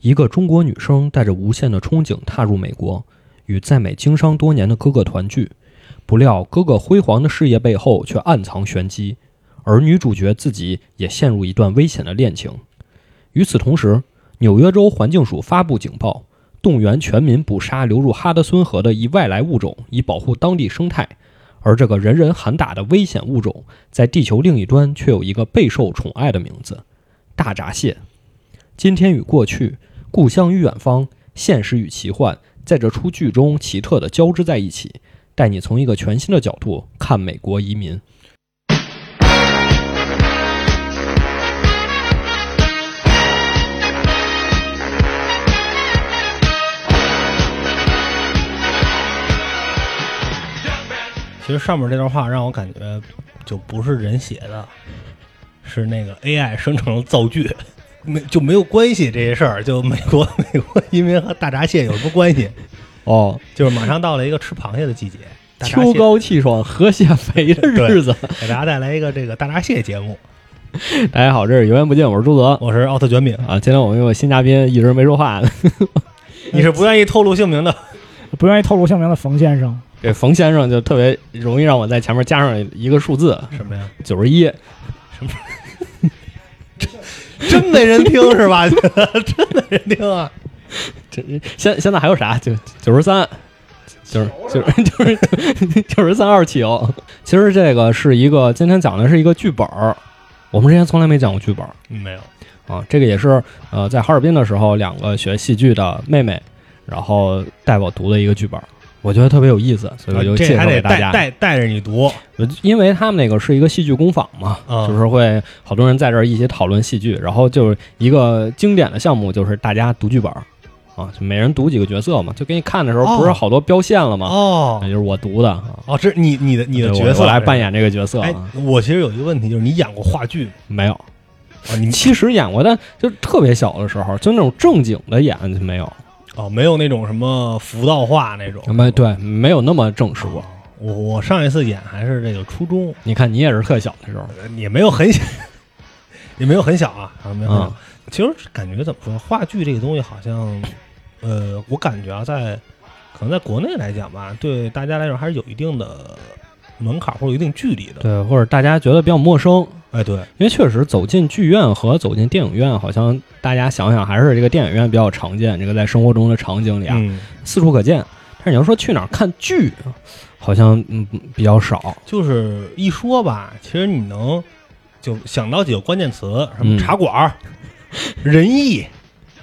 一个中国女生带着无限的憧憬踏入美国，与在美经商多年的哥哥团聚。不料，哥哥辉煌的事业背后却暗藏玄机，而女主角自己也陷入一段危险的恋情。与此同时，纽约州环境署发布警报，动员全民捕杀流入哈德森河的一外来物种，以保护当地生态。而这个人人喊打的危险物种，在地球另一端却有一个备受宠爱的名字——大闸蟹。今天与过去，故乡与远方，现实与奇幻，在这出剧中奇特的交织在一起，带你从一个全新的角度看美国移民。其实上面这段话让我感觉就不是人写的，是那个 AI 生成的造句，没就没有关系这些事儿。就美国 美国移民和大闸蟹有什么关系？哦，就是马上到了一个吃螃蟹的季节，大闸秋蟹高气爽，河蟹肥的日 子。给大家带来一个这个大闸蟹节目。大家好，这是油盐不进，我是朱泽。我是奥特卷饼，啊，今天我们有个新嘉宾，一直没说话。你是不愿意透露姓名的，不愿意透露姓名的冯先生，这冯先生就特别容易让我在前面加上一个数字什么呀？九十一。真没人听是吧？ 真没人听啊！这现现在还有啥？九九十三，九十九十 九十九十三二汽油。其实这个是一个今天讲的是一个剧本儿，我们之前从来没讲过剧本儿没有，啊。这个也是呃，在哈尔滨的时候，两个学戏剧的妹妹，然后带我读的一个剧本儿，我觉得特别有意思，所以我就啊这介还绍得给大带家。啊带带着你读，呃因为他们那个是一个戏剧工坊嘛，啊就是会好多人在这儿一起讨论戏剧，然后就是一个经典的项目，就是大家读剧本儿啊，就每人读几个角色嘛，就给你看的时候哦不是好多标线了吗？那哦就是我读的，啊哦，这是你你的你的对角我色我来扮。演这个角色哎啊，，我其实有一个问题，就是你演过话剧吗？没有，啊，你其实演过，但就是特别小的时候，就那种正经的演就没有，哦，没有那种什么辅导话那种。没对，没有那么正式过。我我上一次演还是这个初中，你看你也是特小的时候，呃也没有很小，也没有很小啊，啊没有很小。嗯其实感觉怎么说，话剧这个东西好像，呃，我感觉啊，在可能在国内来讲吧，对大家来说还是有一定的门槛或者有一定距离的。对，或者大家觉得比较陌生，哎，对，因为确实走进剧院和走进电影院，好像大家想想还是这个电影院比较常见，这个在生活中的场景里啊，嗯，四处可见。但是你要说去哪儿看剧，好像嗯比较少。就是一说吧，其实你能就想到几个关键词，什么嗯茶馆儿、仁义，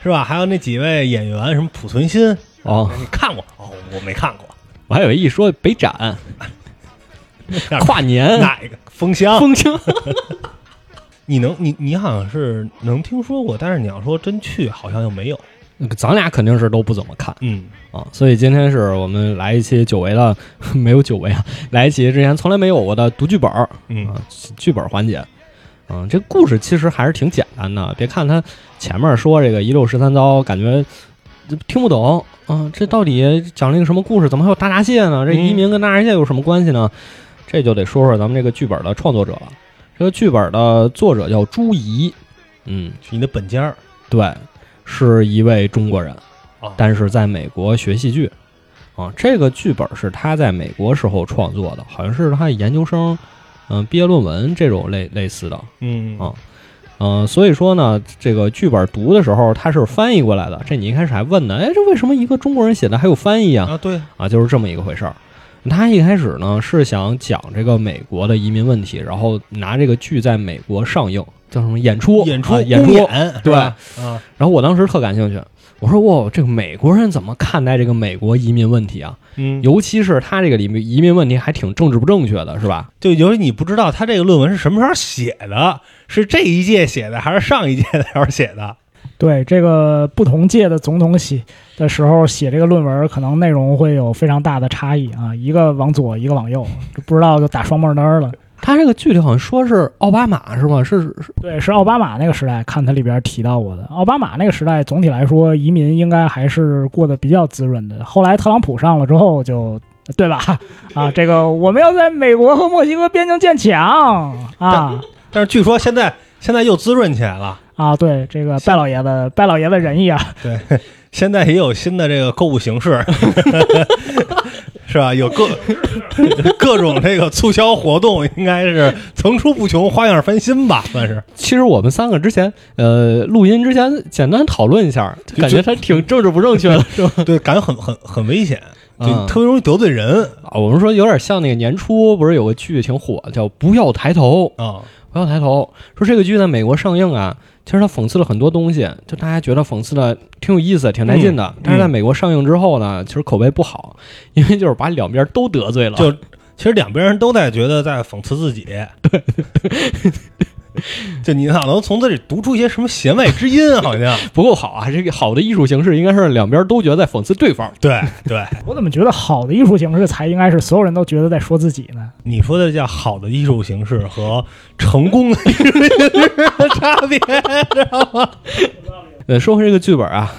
是吧？还有那几位演员，什么濮存昕，哦，你看过？哦，我没 看过。我还有一说北展哪跨年 哪啊一个？风箱？风清，你能你你好像是能听说过，但是你要说真去，好像又没有。 咱俩肯定是都不怎么看嗯，啊。所以今天是我们来一期久违的， 没有久违啊，来一期之前从来没有过的读剧本儿嗯啊，剧本环节。嗯，这故事其实还是挺简单的。别看他前面说这个一六十三招，感觉呃听不懂啊，这到底讲了一个什么故事？怎么还有大闸蟹呢？这移民跟大闸蟹有什么关系呢？这就得说说咱们这个剧本的创作者了。这个剧本的作者叫朱怡，嗯，是你的本家儿对，是一位中国人，啊，但是在美国学戏剧。啊，这个剧本是他在美国时候创作的，好像是他研究生，嗯、毕业论文这种类类似的。嗯啊嗯、所以说呢，这个剧本读的时候，它是翻译过来的。这你一开始还问呢，哎，这为什么一个中国人写的还有翻译啊？啊，对，啊，就是这么一个回事儿。他一开始呢是想讲这个美国的移民问题，然后拿这个剧在美国上映，叫什么演出演出啊、演公出。演是吧啊，然后我当时特感兴趣，我说哇，这个美国人怎么看待这个美国移民问题啊？嗯，尤其是他这个里面移民问题还挺政治不正确的，是吧？就由于你不知道他这个论文是什么时候写的，是这一届写的还是上一届的时候写的？对这个不同届的总统写的时候写这个论文，可能内容会有非常大的差异啊，一个往左，一个往右，就不知道就打双蹦灯儿了。他这个剧里好像说是奥巴马是吗？是是对，是奥巴马那个时代，看它里边提到过的。奥巴马那个时代，总体来说，移民应该还是过得比较滋润的。后来特朗普上了之后就，对吧？啊，这个我们要在美国和墨西哥边境建墙啊但是据说现在现在又滋润起来了，啊，对这个拜老爷子，拜老爷子仁义啊，现在也有新的这个购物形式， 是吧？有各各种这个促销活动，应该是层出不穷，花样翻新吧，算是。其实我们三个之前，呃，录音之前简单讨论一下，就感觉他挺政治不正 确的，是吧？对，感觉很很很危险，就嗯特别容易得罪人啊，我们说有点像那个年初不是有个剧挺火，叫《不要抬头》，啊。不要抬头。说这个剧在美国上映啊，其实它讽刺了很多东西，就大家觉得讽刺的挺有意思，挺带劲的。但是在美国上映之后呢，其实口碑不好，因为就是把两边都得罪了。就其实两边人都在觉得在讽刺自己， 对，就你哪能从这里读出一些什么弦外之音？好像不够好啊！这个好的艺术形式应该是两边都觉得在讽刺 对方。对对，我怎么觉得好的艺术形式才应该是所有人都觉得在说自己呢？你说的叫好的艺术形式和成功的艺术形式的差 别，呃，说回这个剧本啊，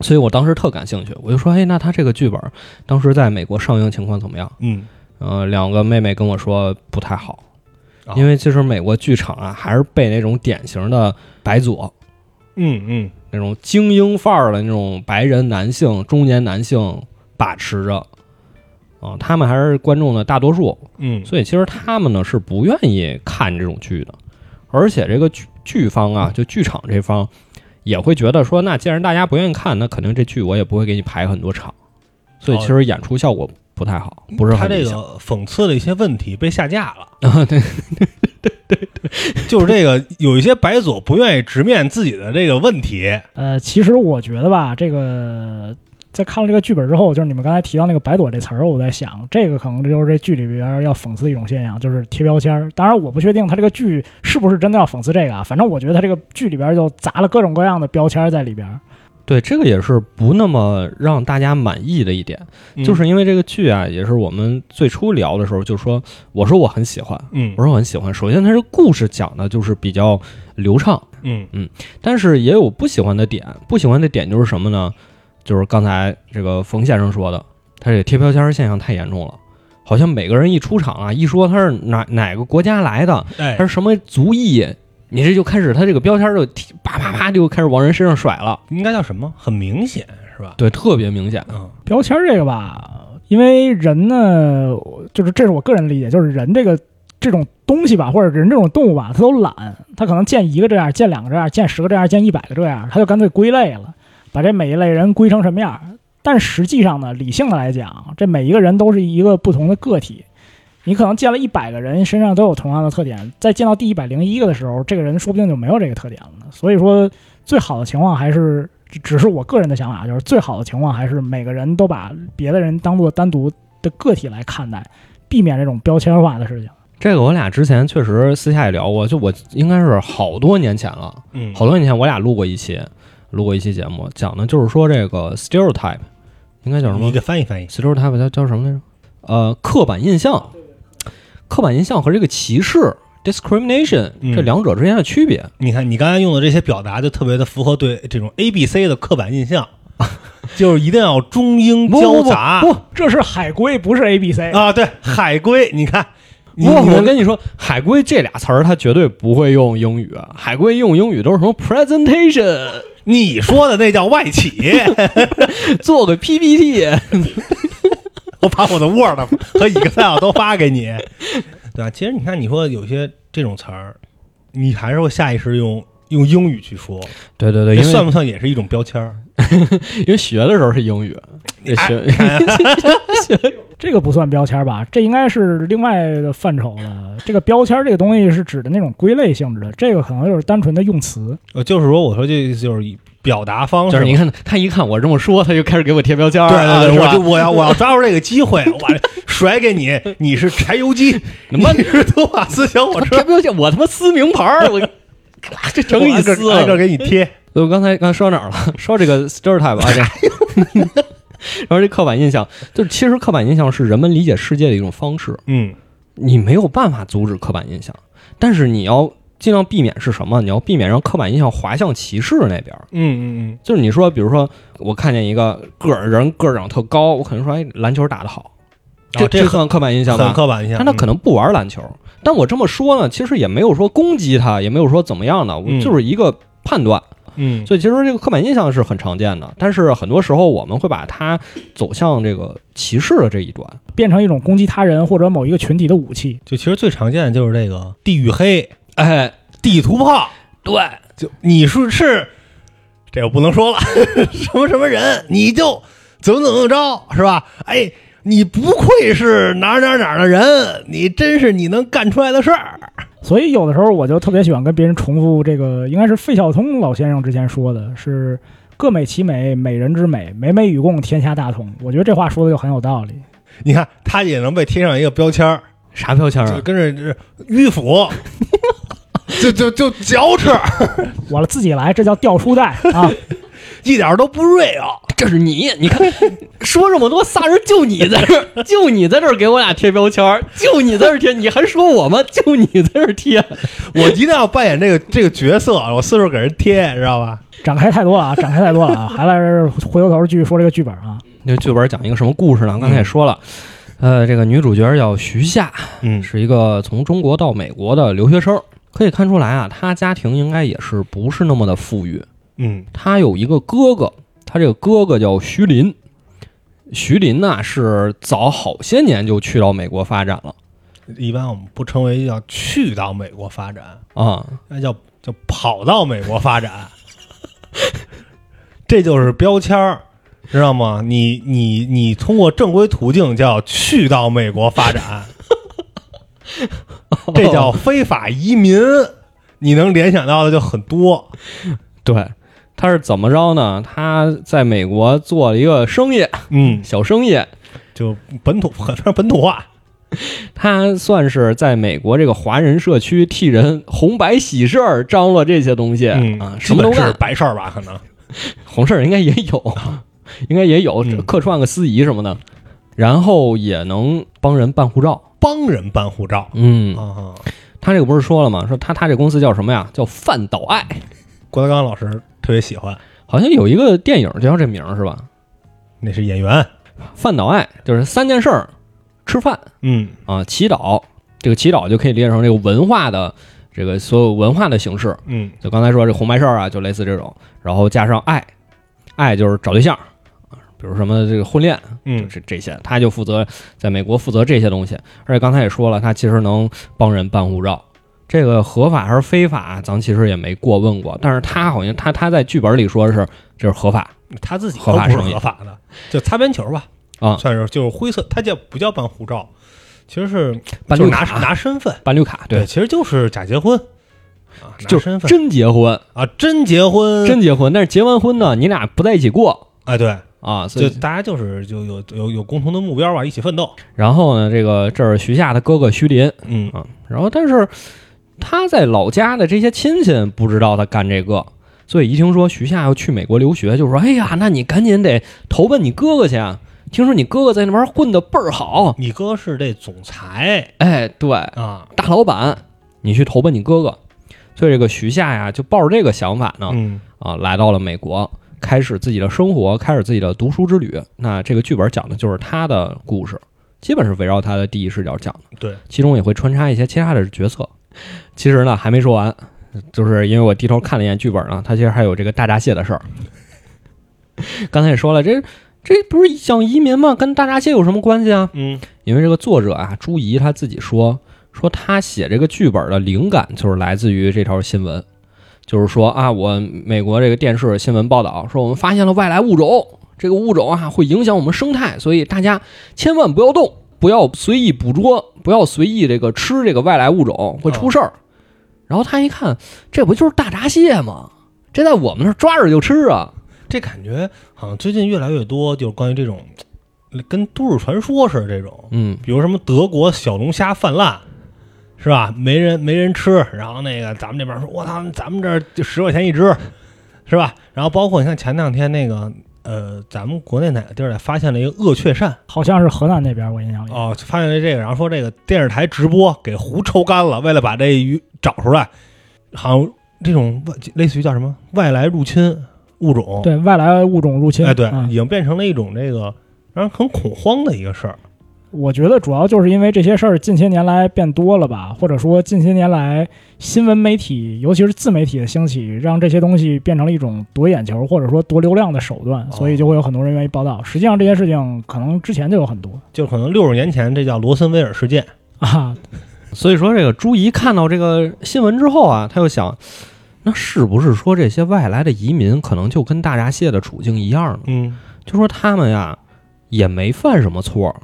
所以我当时特感兴趣，我就说，哎，那他这个剧本当时在美国上映情况怎么样？嗯，呃，两个妹妹跟我说不太好啊，因为其实美国剧场啊，还是被那种典型的白左、嗯嗯，那种精英范儿的那种白人男性、中年男性把持着。啊、他们还是观众的大多数，嗯，所以其实他们呢是不愿意看这种剧的，而且这个剧剧方啊，就剧场这方也会觉得说，那既然大家不愿意看，那肯定这剧我也不会给你排很多场，所以其实演出效果不太好，不是他很这理个想。讽刺的一些问题被下架了。啊，对对对对， 就是这个有一些白左不愿意直面自己的这个问题，呃，其实我觉得吧，这个在看了这个剧本之后，就是你们刚才提到那个“白左”这词儿，我在想，这个可能就是这剧里边要讽刺的一种现象，就是贴标签儿。当然，我不确定他这个剧是不是真的要讽刺这个啊，反正我觉得他这个剧里边就砸了各种各样的标签儿在里边儿。对，这个也是不那么让大家满意的一点，嗯就是因为这个剧啊，也是我们最初聊的时候就说，我说我很喜欢，嗯我说我很喜欢。首先，它这故事讲的就是比较流畅，嗯但是也有不喜欢的点。不喜欢的点就是什么呢？就是刚才这个冯先生说的，他这个贴标签现象太严重了，好像每个人一出场啊，一说他是哪哪个国家来的，哎他是什么族裔，你这就开始他这个标签就贴啪啪啪就开始往人身上甩了，应该叫什么？很明显是吧？对，特别明显。嗯标签儿这个吧，因为人呢，就是这是我个人理解，就是人这个这种东西吧，或者人这种动物吧，它都懒，它可能见一个这样，见两个这样，见十个这样，见一百个这样，它就干脆归类了，把这每一类人归成什么样儿。但实际上呢，理性的来讲，这每一个人都是一个不同的个体。你可能见了一百个人，身上都有同样的特点，在见到第一百零一个的时候，这个人说不定就没有这个特点了。所以说，最好的情况还是只只是我个人的想法，就是最好的情况还是每个人都把别的人当做单独的个体来看待，避免这种标签化的事情。这个我俩之前确实私下也聊过，就我应该是好多年前了，嗯，好多年前我俩录过一期，录过一期节目，讲的就是说这个 stereotype，应该叫什么你？给翻译翻译。 stereotype 叫叫什么来着？呃，刻板印象，刻板印象和这个歧视 discrimination 嗯这两者之间的区别。你看你刚才用的这些表达，就特别的符合对这种 A B C 的刻板印 象，就是一定要中英不交不不杂不这是海龟，不是 A B C。啊。对，海归，你看，你不，你我能跟你说，海龟这俩词儿它绝对不会用英语，啊海龟用英语都是什么 presentation， 你说的那叫外企， 做个 PPT，我把我的 Word 和 Excel 都发 给你，对吧？其实你看，你说有些这种词儿，你还是会下意识用用英语去说，对对对，这因算为不算也是一种标签儿？因为学的时候是英语，哎也学、这个不算标签吧？这应该是另外的范畴了。这个标签这个东西是指的那种归类性质的，这个可能就是单纯的用词。呃，就是说，我说这意思就是以表达方 式就吧，是你看他一看我这么说，他就开始给我贴标签儿啊，对对是对，吧我就我要我要抓住这个机会，我把甩给你，你是柴油机，他你妈是托马斯小火贴车，标签，我他妈撕名牌儿， 我咔这整你挨撕个了挨个给你贴。所以我刚才刚才说到哪儿了？ 说这个 stereotype 啊，这， 然后这刻板印象，就是其实刻板印象是人们理解世界的一种方式，嗯，你没有办法阻止刻板印象，但是你要尽量避免是什么？你要避免让刻板印象滑向歧视那边儿。嗯嗯就是你说，比如说我看见一个个儿人个儿长得特高，我可能说，哎，篮球打得好，这、啊这这很算刻板印象嗯，吧？很刻板印象，但他可能能不玩篮球。但我这么说呢，其实也没有说攻击他，也没有说怎么样的，我嗯就是一个判断。嗯，所以其实这个刻板印象是很常见的，但是很多时候我们会把它走向这个歧视的这一端。变成一种攻击他人或者某一个群体的武器。就其实最常见的就是这个地域黑、哎，地图炮，对，就你是是，这我不能说了， 什么什么人，你就怎么怎么着，是吧？哎，你不愧是哪儿哪儿哪儿的人，你真是你能干出来的事儿。所以有的时候我就特别喜欢跟别人重复这个，应该是费孝通老先生之前说的，是“各美其美，美人之美，美美与共，天下大同”。我觉得这话说的就很有道理。你看，他也能被贴上一个标签儿，啥标签啊就？跟着这迂腐，就就就嚼吃，我自己来，这叫掉书袋 啊！一点儿都不啊 real。这是你，你看 说这么多，仨人就你在这儿，就你在这儿给我俩贴标签儿，就你在这儿贴，你还说我吗？就你在这儿贴，我一定要扮演这个这个角色，我四处给人贴，知道吧？展开太多了啊，展开太多了啊！还来回过头继续说这个剧本啊。那剧本讲一个什么故事呢？刚才也说了，呃，这个女主角叫徐夏，嗯是一个从中国到美国的留学生。可以看出来啊，她家庭应该也是不是那么的富裕。嗯她有一个哥哥，她这个哥哥叫徐林。徐林呐、是早好些年就去到美国发展了一般我们不称为要去到美国发展，啊、那哎叫叫跑到美国发展，这就是标签儿，知道吗？你你你通过正规途径叫去到美国发展，哦 这叫非法移民。你能联想到的就很多，对，他是怎么着呢？他在美国做了一个生意，嗯，小生意。就本土 很本土化，他算是在美国这个华人社区替人红白喜事儿张罗这些东西、啊，嗯基什么都本是干。白事儿吧？可能红事儿应该也 有，应该也有嗯客串个司仪什么的，然后也能帮人办护照。帮人办护照嗯，啊。他这个不是说了吗？说他他这公司叫什么呀？叫范岛爱，郭德纲老师特别喜欢，好像有一个电影就叫这名儿是吧？那是演员，范岛爱就是三件事儿：吃饭。嗯啊，祈祷，这个祈祷就可以理解成这个文化的这个所有文化的形式。嗯就刚才说这红白事儿啊，就类似这种，然后加上爱，爱就是找对象啊，比如什么这个婚恋，就嗯这这些，他就负责在美国负责这些东西。而且刚才也说了，他其实能帮人办护照。这个合法还是非法，咱其实也没过问过。但是他好像他他在剧本里说是这是合法，他自己合都法不是生意合法的，就擦边球吧，啊算是就是灰色，他叫不叫办护照？其实是办就绿是拿卡，拿身份，办绿卡，对，其实就是假结婚啊，拿就是身份真结婚，啊，真结婚真结婚。但是结完婚呢，你俩不在一起过哎，对，啊，所以就大家就是就有有有共同的目标吧，一起奋斗，然后呢，这个这是徐夏的哥哥徐林，嗯然后但是他在老家的这些亲戚不知道他干这个，所以一听说徐夏要去美国留学，就说：“哎呀，那你赶紧得投奔你哥哥去啊！听说你哥哥在那边混得倍儿好，你哥是这总裁哎，对，啊，大老板，你去投奔你哥哥。”所以这个徐夏呀，就抱着这个想法呢，嗯啊，来到了美国，开始自己的生活，开始自己的读书之旅。那这个剧本讲的就是他的故事，基本是围绕他的第一视角讲的。对，其中也会穿插一些其他的角色。其实呢，还没说完，就是因为我低头看了一眼剧本呢，它其实还有这个大闸蟹的事儿。 刚才也说了，这这不是想移民吗？跟大闸蟹有什么关系啊？嗯因为这个作者啊，朱怡他自己说，说他写这个剧本的灵感就是来自于这条新闻，就是说啊，我美国这个电视新闻报道说我们发现了外来物种，这个物种啊会影响我们生态，所以大家千万不要动，不要随意捕捉，不要随意这个吃这个外来物种，会出事儿。然后他一看，这不就是大闸蟹吗？这在我们那儿抓着就吃啊！这感觉好像最近越来越多，就是关于这种跟都市传说似的这种，嗯，比如什么德国小龙虾泛滥，是吧？没人没人吃，然后那个咱们这边说，我操，咱们这儿就十块钱一只，是吧？然后包括你看前两天那个。呃，咱们国内哪个地儿也发现了一个鳄雀鳝好像是河南那边，我印象里。哦，发现了这个，然后说这个电视台直播给湖抽干了，为了把这鱼找出来，好像这种外类似于叫什么外来入侵物种，对外来物种入侵，哎，对，嗯已经变成了一种这个让人很恐慌的一个事儿。我觉得主要就是因为这些事儿近些年来变多了吧，或者说近些年来新闻媒体，尤其是自媒体的兴起，让这些东西变成了一种夺眼球或者说夺流量的手段，所以就会有很多人愿意报道。实际上这些事情可能之前就有很多就可能六十年前这叫罗森威尔事件，啊，所以说，这个朱怡看到这个新闻之后啊，他就想，那是不是说这些外来的移民可能就跟大闸蟹的处境一样呢？嗯，就说他们呀也没犯什么错儿，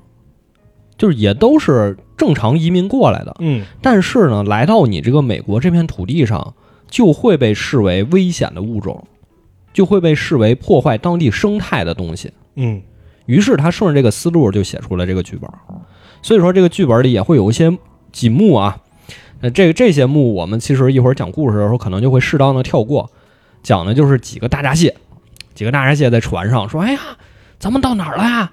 就是也都是正常移民过来的，嗯，但是呢，来到你这个美国这片土地上，就会被视为危险的物种，就会被视为破坏当地生态的东西。嗯，于是他顺着这个思路就写出了这个剧本。所以说这个剧本里也会有一些几幕啊，那这这些幕我们其实一会儿讲故事的时候可能就会适当的跳过，讲的就是几个大闸蟹，几个大闸蟹在船上说：“哎呀，咱们到哪儿了呀？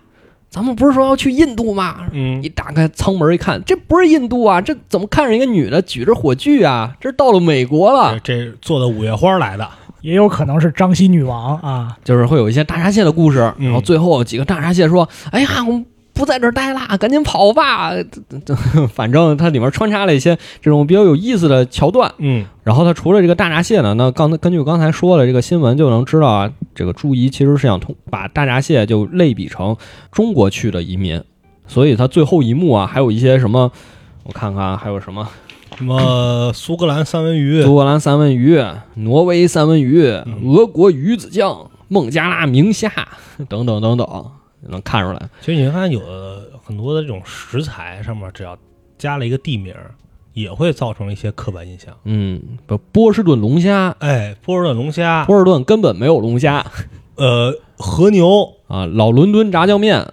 咱们不是说要去印度吗？”嗯一，打开舱门一看，这不是印度啊，这怎么看着一个女的举着火炬啊？这是到了美国了这，这做的五月花来的，也有可能是张西女王啊，就是会有一些大闸蟹的故事。嗯然后最后几个大闸蟹说：“哎呀，我们不在这儿待了，赶紧跑吧！” 这这反正它里面穿插了一些这种比较有意思的桥段。嗯，然后它除了这个大闸蟹呢，那刚才根据刚才说的这个新闻就能知道啊，这个朱怡其实是想通把大闸蟹就类比成中国去的移民，所以它最后一幕啊，还有一些什么，我看看啊还有什么。什么苏格兰三文鱼，苏格兰三文鱼、挪威三文鱼、嗯俄国鱼子酱、孟加拉明虾 等等等等，能看出来。其实你看有的很多的这种食材上面，只要加了一个地名儿，也会造成一些刻板印象。嗯，不，波士顿龙虾，哎，波士顿龙虾，波士顿根本没有龙虾呃，和牛啊！老伦敦炸酱面，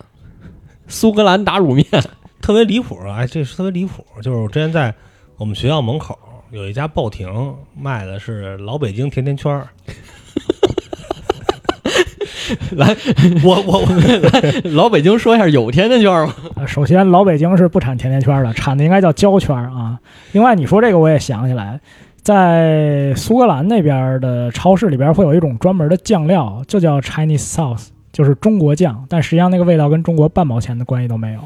苏格兰打卤面， 特别离谱啊！哎，这是特别离谱。就是我之前在我们学校门口有一家报亭卖的是老北京甜甜圈儿，来，我我我老北京说一下有甜甜圈吗？呃首先，老北京是不产甜甜圈的，产的应该叫焦圈啊。另外，你说这个我也想起来，在苏格兰那边的超市里边会有一种专门的酱料，就叫 Chinese sauce，就是中国酱，但实际上那个味道跟中国半毛钱的关系都没有。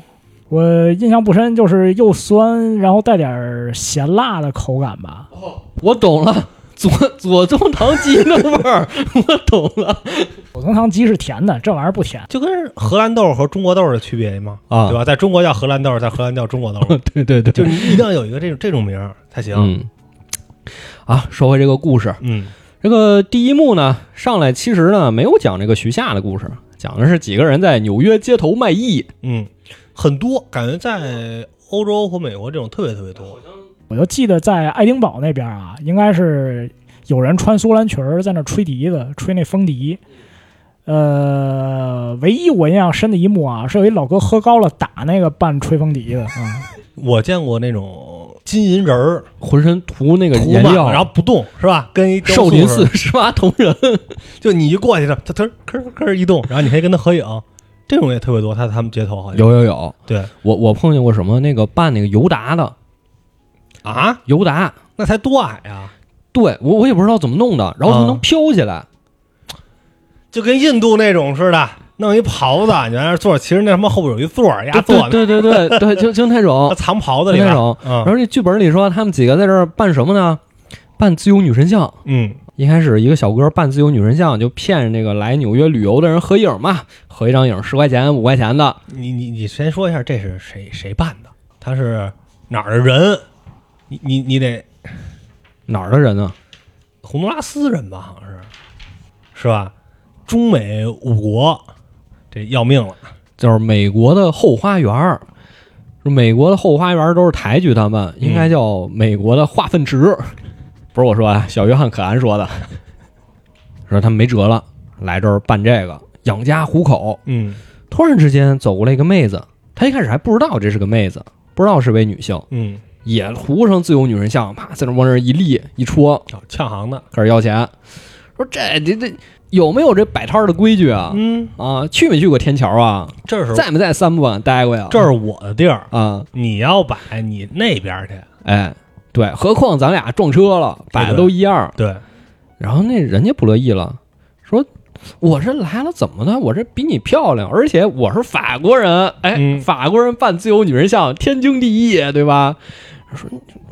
我印象不深，就是又酸，然后带点儿咸辣的口感吧。我懂了。左左宗棠鸡的味儿， 我懂了左宗棠鸡是甜的，这玩意儿不甜。就跟荷兰豆和中国豆的区别吗？啊对吧？在中国叫荷兰豆，在荷兰叫中国豆， 对对对，就是你一定要有一个这种这种名儿才行。嗯，啊，说回这个故事，嗯这个第一幕呢，上来其实呢没有讲这个徐夏的故事，讲的是几个人在纽约街头卖艺。嗯，很多感觉在欧洲和美国这种特别特别多。我就记得在爱丁堡那边啊，应该是有人穿苏格兰裙儿在那吹笛子，吹那风笛。呃，唯一我印象深的一幕啊，是有一老哥喝高了打那个扮吹风笛的啊，我见过那种金银人儿浑身涂那个涂颜满料，了，然后不动是吧？跟一雕塑少林似寺的，十八铜 人。就你一过去这，他他吭儿吭儿一动，然后你还跟他合影，这种也特别多。他他们街头好像有有有，对我我碰见过什么那个扮那个尤达的啊，尤达，那才多矮啊！对我我也不知道怎么弄的，然后他啊能飘起来。就跟印度那种似的，弄一袍子，你在那儿坐，其实那他妈后边有一座儿，压座呢，对对对对对，就就那他 种。藏袍子哦里那边种。然嗯后这剧本里说他们几个在这儿扮什么呢？扮自由女神像。嗯，一开始一个小哥扮自由女神像，就骗那个来纽约旅游的人合影嘛，合一张影十块钱、五块钱的。你你你先说一下这是谁谁办的？他是哪儿的人？你你你得哪儿的人啊？洪都拉斯人吧？好像是，是吧？中美五国，这要命了。就是美国的后花园儿。美国的后花园儿都是抬举他们，应该叫美国的化粪池。不是我说啊，小约翰·可汗说的，说他们没辙了，来这儿办这个养家糊口。嗯突然之间走过来一个妹子，他一开始还不知道这是个妹子，不知道是位女性，嗯，也糊上自由女神像，啪在那往那儿一立一戳，好哦呛行的。开始要钱，说这这这有没有这摆摊儿的规矩啊？嗯，啊，去没去过天桥啊？这是在没在三不管待过呀？这是我的地儿，啊，你要摆你那边去。哎，对，何况咱俩撞车了，摆的都一样。对，然后那人家不乐意了，说我这来了怎么的？我这比你漂亮，而且我是法国人，哎，嗯法国人办自由女神像天经地义，对吧？说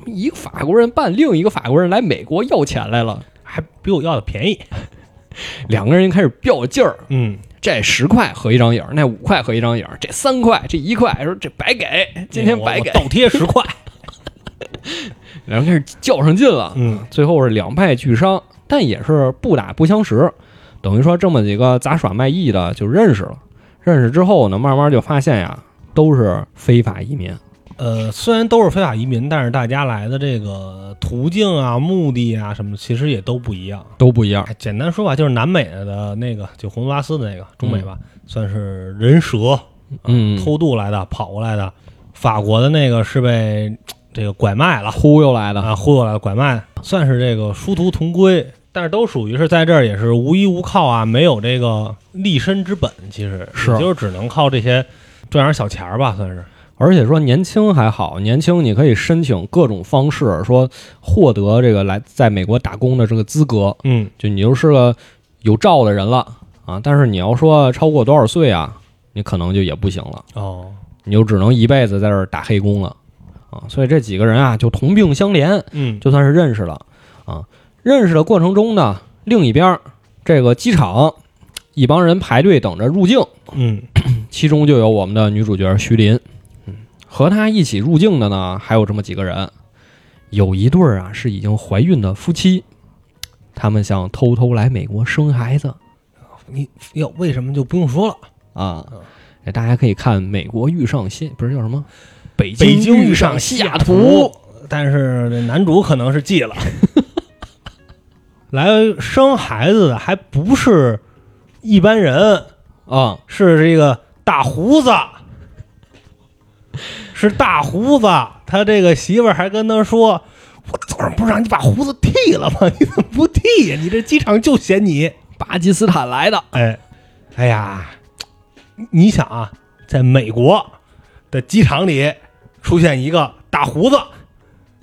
一个法国人办另一个法国人来美国要钱来了，还比我要的便宜。两个人开始较劲儿，嗯，这十块合一张影儿，那五块合一张影儿，这三块，这一块，说这白给，今天我白我给，倒贴十块。两人开始较上劲了。嗯最后是两败俱伤，但也是不打不相识，等于说这么几个杂耍卖艺的就认识了。认识之后呢，慢慢就发现呀，都是非法移民。呃，虽然都是非法移民，但是大家来的这个途径啊、目的啊什么的，其实也都不一样。都不一样，哎简单说吧，就是南美的那个，就洪都拉斯的那个中美吧，算是人蛇呃嗯，偷渡来的、跑过来的；法国的那个是被这个拐卖了。忽悠来的，啊，忽悠来了，拐卖，算是这个殊途同归，但是都属于是在这儿也是无依无靠啊，没有这个立身之本，其实是也就是只能靠这些赚点小钱儿吧，算是。而且说年轻还好，年轻你可以申请各种方式，说获得这个来在美国打工的这个资格，嗯，就你就是个有照的人了啊。但是你要说超过多少岁啊，你可能就也不行了。哦，你就只能一辈子在这儿打黑工了啊。所以这几个人啊，就同病相怜，嗯，就算是认识了啊。认识的过程中呢，另一边儿这个机场一帮人排队等着入境，嗯，其中就有我们的女主角徐林，嗯，和她一起入境的呢，还有这么几个人，有一对儿啊是已经怀孕的夫妻。他们想偷偷来美国生孩子你要为什么就不用说了？啊嗯！哎大家可以看《美国遇上西》，不是叫什么《北北京遇遇上上西西雅雅图图》，但是这男主可能是记 了，来生孩子的还不是一般人，啊、是这个大胡子，是大胡子。他这个媳妇儿还跟他说：“我早上不是让你把胡子剃了吗？ 你怎么不剃呀？你这机场就嫌你。巴基斯坦来的”哎，哎呀，你想啊，在美国的机场里出现一个大胡子，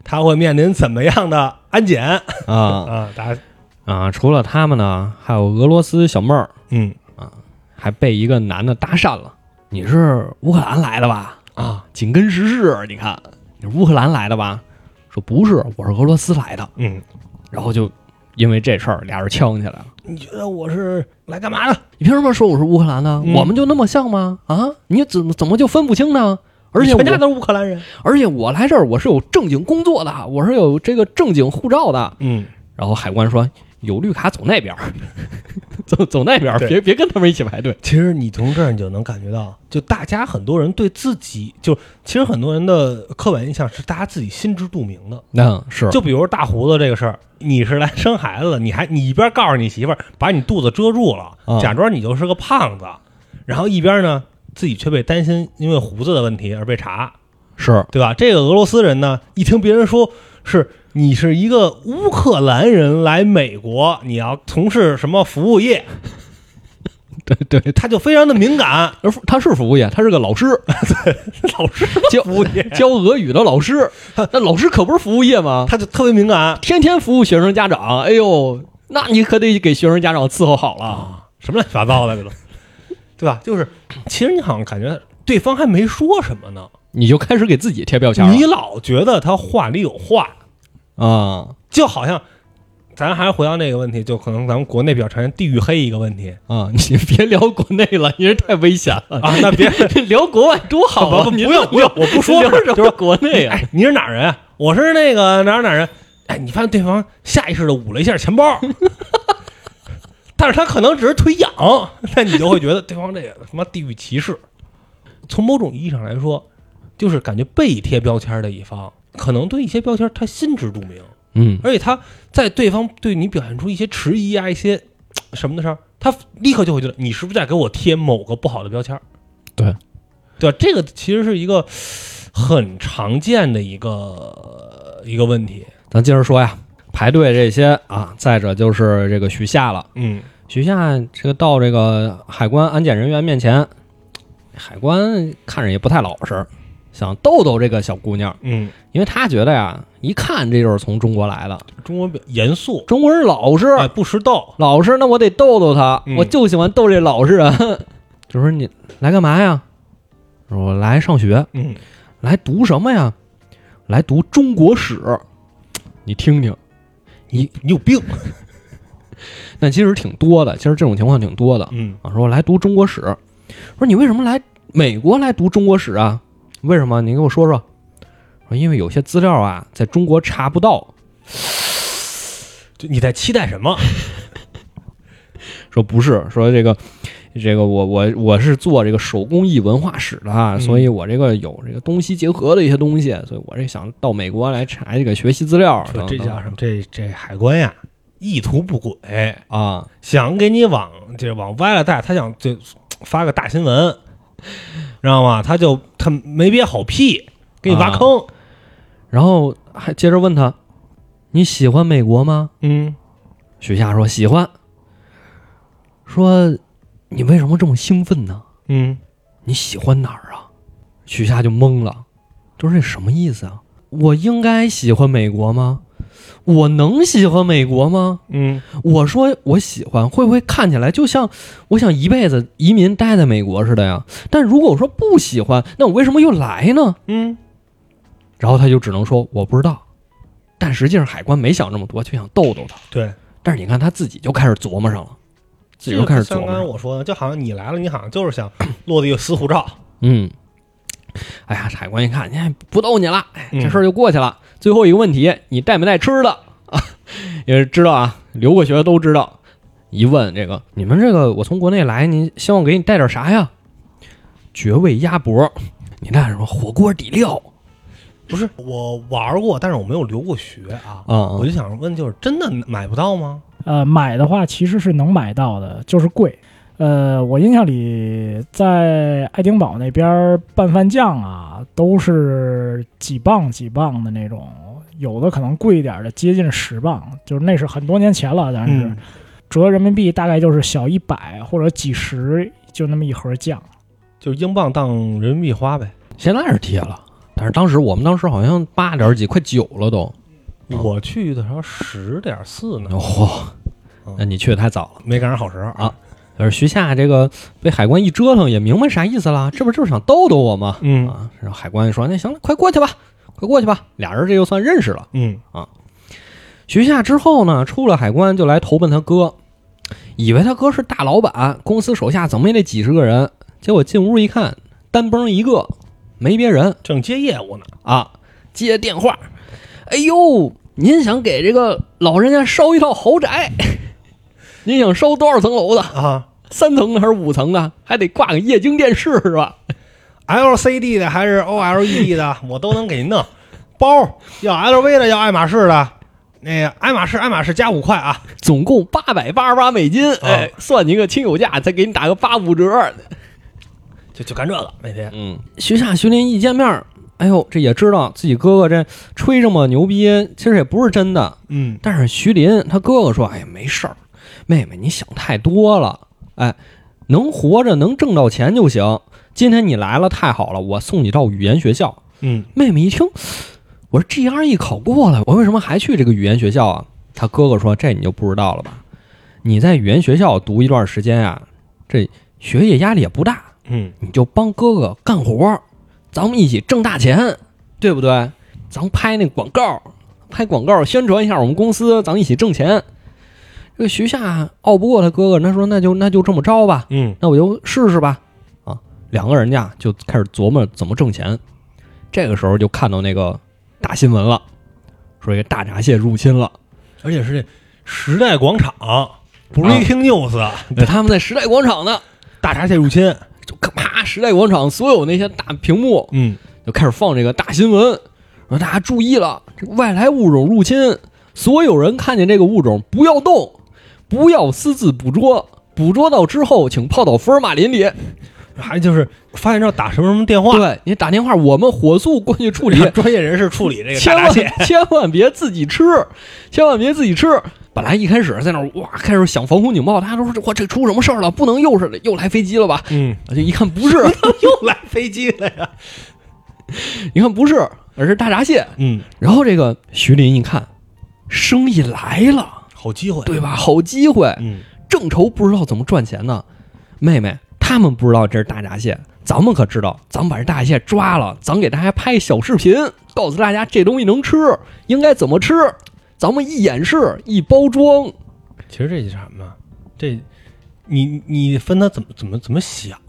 他会面临怎么样的安检啊啊？大家啊！除了他们呢，还有俄罗斯小妹儿，嗯还被一个男的搭讪了。你是乌克兰来的吧？啊紧跟时事，你看你是乌克兰来的吧？说不是，我是俄罗斯来的。嗯，然后就因为这事儿，俩人呛起来了。你觉得我是来干嘛的？你凭什么说我是乌克兰呢？嗯我们就那么像吗？啊，你怎么怎么就分不清呢？而且全家我都是乌克兰人。而且我来这儿，我是有正经工作的，我是有这个正经护照的。嗯，然后海关说有绿卡走那边儿，走走那边儿，对别别跟他们一起排队。其实你从这儿你就能感觉到，就大家很多人对自己，就其实很多人的刻板印象是大家自己心知肚明的。那是就比如大胡子这个事儿，你是来生孩子的，你还你一边告诉你媳妇儿把你肚子遮住了啊，假装你就是个胖子，然后一边呢自己却被担心因为胡子的问题而被查，是对吧？这个俄罗斯人呢，一听别人说是你是一个乌克兰人来美国，你要从事什么服务业，对对，他就非常的敏感，而服他是服务业，他是个老 师， 老师教服务业。教俄语的老师。那老师可不是服务业吗？ 他就特别敏感。天天服务学生家长，哎呦，那你可得给学生家长伺候好了。啊什么乱七八糟的这都， 对吧？就是其实你好像感觉对方还没说什么呢，你就开始给自己贴标签你了老觉得他话里有话，啊就好像咱还是回到那个问题，就可能咱们国内比较常见地域黑一个问题啊！你别聊国内了，你这太危险了。 啊。 那别聊国外多好啊！不不你不用不用我不说聊了什就是么国内啊？哎，你是哪儿人啊？我是那个哪儿哪儿人。哎，你发现对方下意识的捂了一下钱包， 但是他可能只是腿痒，那你就会觉得对方这个他妈地域歧视。从某种意义上来说，就是感觉被贴标签的一方，可能对一些标签他心知肚明，嗯，而且他在对方对你表现出一些迟疑啊、一些嘖什么的时候，他立刻就会觉得你是不是在给我贴某个不好的标签儿？对，对吧？这个其实是一个很常见的一个一个问题。咱接着说呀，排队这些啊，再者就是这个徐夏了。嗯徐夏这个到这个海关安检人员面前，海关看着也不太老实，想逗逗这个小姑娘，嗯，因为他觉得呀，一看这就是从中国来的，中国比较严肃，中国人老实，哎，不识逗，老实，那我得逗逗他，嗯我就喜欢逗这老实人。 就说你来干嘛呀？我来上学，嗯，来读什么呀？来读中国史。你听听，你有病，啊但其实挺多的，其实这种情况挺多的。嗯啊，说我来读中国史，说你为什么来美国来读中国史啊？为什么？你给我说说。说因为有些资料啊，在中国查不到。就你在期待什么？说不是，说这个，这个我我我是做这个手工艺文化史的啊，嗯所以我这个有这个东西结合的一些东西，所以我这想到美国来查这个学习资料说等等。这叫什么？这这海关呀，意图不轨，啊？想给你往这往歪了带，他想就发个大新闻，知道吗？他就他没憋好屁，给你挖坑，然后还接着问他，你喜欢美国吗？嗯，许夏说喜欢，说你为什么这么兴奋呢？嗯，你喜欢哪儿啊？许夏就懵了，就是这什么意思啊？我应该喜欢美国吗？我能喜欢美国吗？嗯，我说我喜欢，会不会看起来就像我想一辈子移民待在美国似的呀？但如果我说不喜欢，那我为什么又来呢？嗯，然后他就只能说我不知道。但实际上海关没想这么多，就想逗逗他。对，但是你看他自己就开始琢磨上了，自己就开始琢像磨刚才上了。我说的，就好像你来了，你好像就是想落地撕护照，嗯，哎呀，海关一看，哎，不逗你了，哎嗯这事儿就过去了。最后一个问题，你带没带吃的啊？ 也是知道啊，留过学都知道。一问这个，你们这个我从国内来，你希望给你带点啥呀？绝味鸭脖，你带什么火锅底料？不是我玩过，但是我没有留过学啊，嗯嗯我就想问，就是真的买不到吗？呃，买的话其实是能买到的，就是贵。呃，我印象里在爱丁堡那边儿拌饭酱啊，都是几磅几磅的那种，有的可能贵一点的接近十磅，就是那是很多年前了，但是、嗯折人民币大概就是小一百或者几十，就那么一盒酱。就是英镑当人民币花呗。现在是贴了，但是当时我们当时好像八点几，快九了都。嗯我去的时候十点四呢，嚯、嗯那你去的太早了。没赶上好时候啊。而徐夏这个被海关一折腾，也明白啥意思了，这不就是想逗逗我吗？嗯啊，然后海关就说：“那行了，快过去吧，快过去吧。”俩人这就算认识了。嗯徐夏之后呢，出了海关就来投奔他哥，以为他哥是大老板，公司手下怎么也得几十个人。结果进屋一看，单崩一个，没别人正接业务呢，啊，接电话。哎呦，您想给这个老人家烧一套豪宅？ 您想烧多少层楼的？啊三层的还是五层的，还得挂个液晶电视是吧？ ，LCD 的还是 OLED 的，我都能给您弄。包要 LV 的，要爱马仕的，那个爱马仕爱马仕加五块啊。总共八百八十八美金，哎，算你个亲友价，再给你打个八五折。就就干这个每天，嗯，徐夏、徐林一见面，哎呦，这也知道自己哥哥这吹这么牛逼，其实也不是真的。嗯，但是徐林他哥哥说：“哎，没事儿，妹妹，你想太多了。哎，能活着能挣到钱就行。今天你来了，太好了，我送你到语言学校。”嗯，妹妹一听，我说 GRE 考过了，我为什么还去这个语言学校啊？他哥哥说：“这你就不知道了吧？你在语言学校读一段时间啊，这学业压力也不大，嗯，你就帮哥哥干活儿，咱们一起挣大钱，对不对？咱们拍那广告，拍广告宣传一下我们公司，咱们一起挣钱。”这个徐夏拗不过他哥哥，他说：“那就那就这么着吧。”嗯，那我就试试吧。啊，两个人家就开始琢磨怎么挣钱。这个时候就看到那个大新闻了，说一个大闸蟹入侵了。而且是这时代广场，不是啊 Breaking News，啊他们在时代广场呢，大闸蟹入侵。就啪，时代广场所有那些大屏幕嗯，就开始放这个大新闻，说大家注意了，这个外来物种入侵，所有人看见这个物种不要动，不要私自捕捉，捕捉到之后请泡到福尔马林里。还就是发现这打什么什么电话，对你打电话，我们火速过去处理。 让专业人士处理这个千大 闸万蟹。千万别自己吃，千万别自己吃。本来一开始在那儿哇，开始想防空警报，大家都说哇这出什么事儿了？不 能又是又来飞机了吧？嗯，就一看不是，又来飞机了呀！一看不是，而是大闸蟹。嗯，然后这个徐林一看，生意来了，好机会，啊对吧？好机会，嗯，正愁不知道怎么赚钱呢。妹妹，他们不知道这是大闸蟹，咱们可知道。咱们把这大闸蟹抓了，咱给大家拍小视频，告诉大家这东西能吃，应该怎么吃。咱们一演示，一包装，其实这是什么？这你你分他怎么怎么怎么想，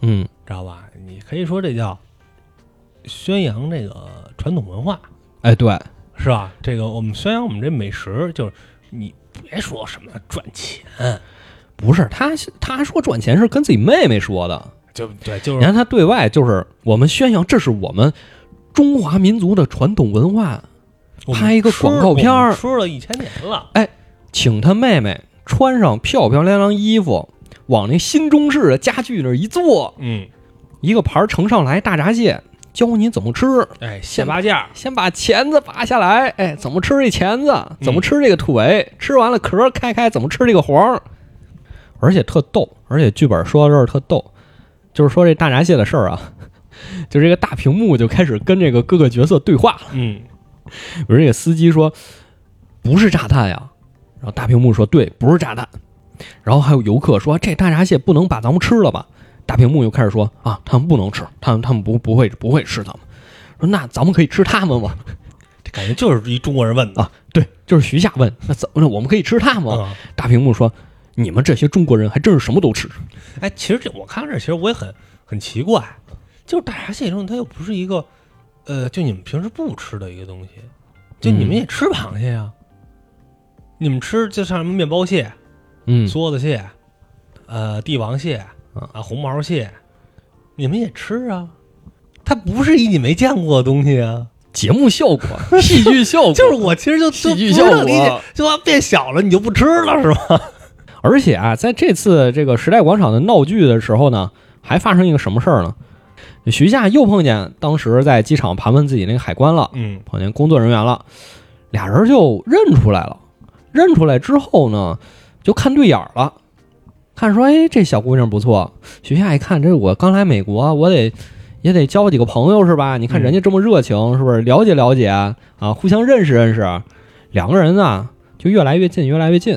嗯，知道吧？你可以说这叫宣扬这个传统文化，哎，对，是吧？这个我们宣扬我们这美食，就是你别说什么赚钱，不是他，他说赚钱是跟自己妹妹说的。就对，就你是看他对外就是我们宣扬，这是我们中华民族的传统文化，我们拍一个吃了广告片儿我们吃了一千年了，请他妹妹穿上漂漂亮亮衣服，往那新中式的家具那儿一坐，嗯，一个盘儿盛上来大闸蟹，教你怎么吃。哎，蟹八件儿，先把钳子拔下来，哎，怎么吃这钳子？怎么吃这个腿？吃完了壳儿开开，怎么吃这个黄儿？而且特逗，而且剧本说到这儿特逗，就是说这大闸蟹的事儿啊， 就这个大屏幕就开始跟这个各个角色对话了。嗯，有人给司机说不是炸弹呀，然后大屏幕说对，不是炸弹。然后还有游客说啊这大闸蟹不能把咱们吃了吧？大屏幕又开始说啊，他们不能吃，他们他们不不会不会吃他们。说那咱们可以吃他们吗？这感觉就是一中国人问的，啊，对，就是徐夏问那怎么了？我们可以吃它吗？嗯，大屏幕说你们这些中国人还真是什么都吃。哎，其实这我看这，其实我也很很奇怪，就是大闸蟹这种，它又不是一个，呃，就你们平时不吃的一个东西，就你们嗯也吃螃蟹呀、你们吃就像什么面包蟹、嗯，梭子蟹，呃，帝王蟹啊啊，红毛蟹，你们也吃啊，它不是一你没见过的东西啊，节目效果，戏剧效果， 就是我其实就就戏不剧是效很果理解，就要变小了你就不吃了是吧？而且啊，在这次这个时代广场的闹剧的时候呢，还发生一个什么事儿呢？徐夏又碰见当时在机场盘问自己那个海关了，嗯碰见工作人员了，俩人就认出来了。认出来之后呢，就看对眼儿了，看说，哎，这小姑娘不错。徐夏一看，这我刚来美国，我得也得交几个朋友是吧？你看人家这么热情，是不是？了解了解啊，互相认识认识。两个人啊，就越来越近，越来越近，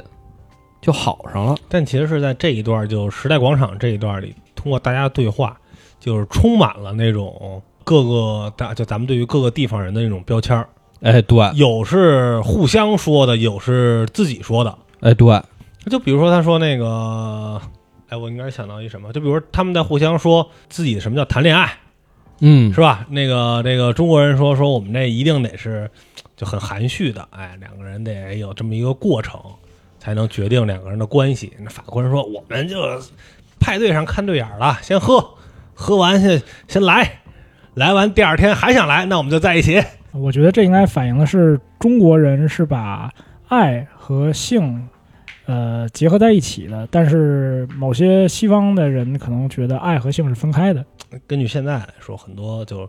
就好上了。但其实是在这一段，就时代广场这一段里，通过大家对话，就是充满了那种各个大，就咱们对于各个地方人的那种标签儿，哎，对，有是互相说的，有是自己说的。哎，对，就比如说他说那个，哎，我应该想到一什么？就比如说他们在互相说自己什么叫谈恋爱，嗯是，吧？那个那个中国人说说我们这一定得是就很含蓄的，哎，两个人得有这么一个过程，才能决定两个人的关系。那法国人说我们就派对上看对眼儿了，先喝，喝完先先来，来完第二天还想来，那我们就在一起。我觉得这应该反映的是中国人是把爱和性，呃，结合在一起的。但是某些西方的人可能觉得爱和性是分开的。根据现在来说，很多就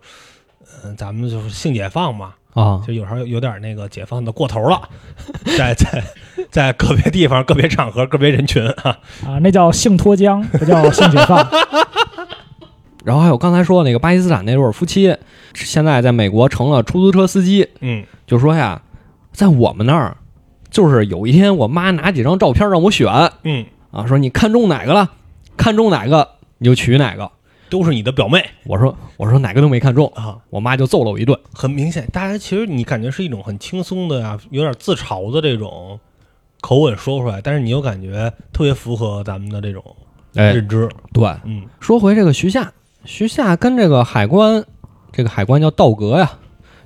嗯、咱们就是性解放嘛，啊，就有时候有点那个解放的过头了，在在在个别地方、个别场合、个别人群啊，啊，那叫性脱缰，不叫性解放。然后还有刚才说的那个巴基斯坦那对儿夫妻，现在在美国成了出租车司机，嗯就说呀，在我们那儿，就是有一天我妈拿几张照片让我选啊，嗯，说你看中哪个了，看中哪个你就娶哪个。都是你的表妹。我说我说哪个都没看中，啊，我妈就揍了我一顿。很明显，大家其实你感觉是一种很轻松的啊，有点自嘲的这种口吻说出来，但是你又感觉特别符合咱们的这种哎，认知。对，嗯说回这个徐夏，徐夏跟这个海关，这个海关叫道格呀，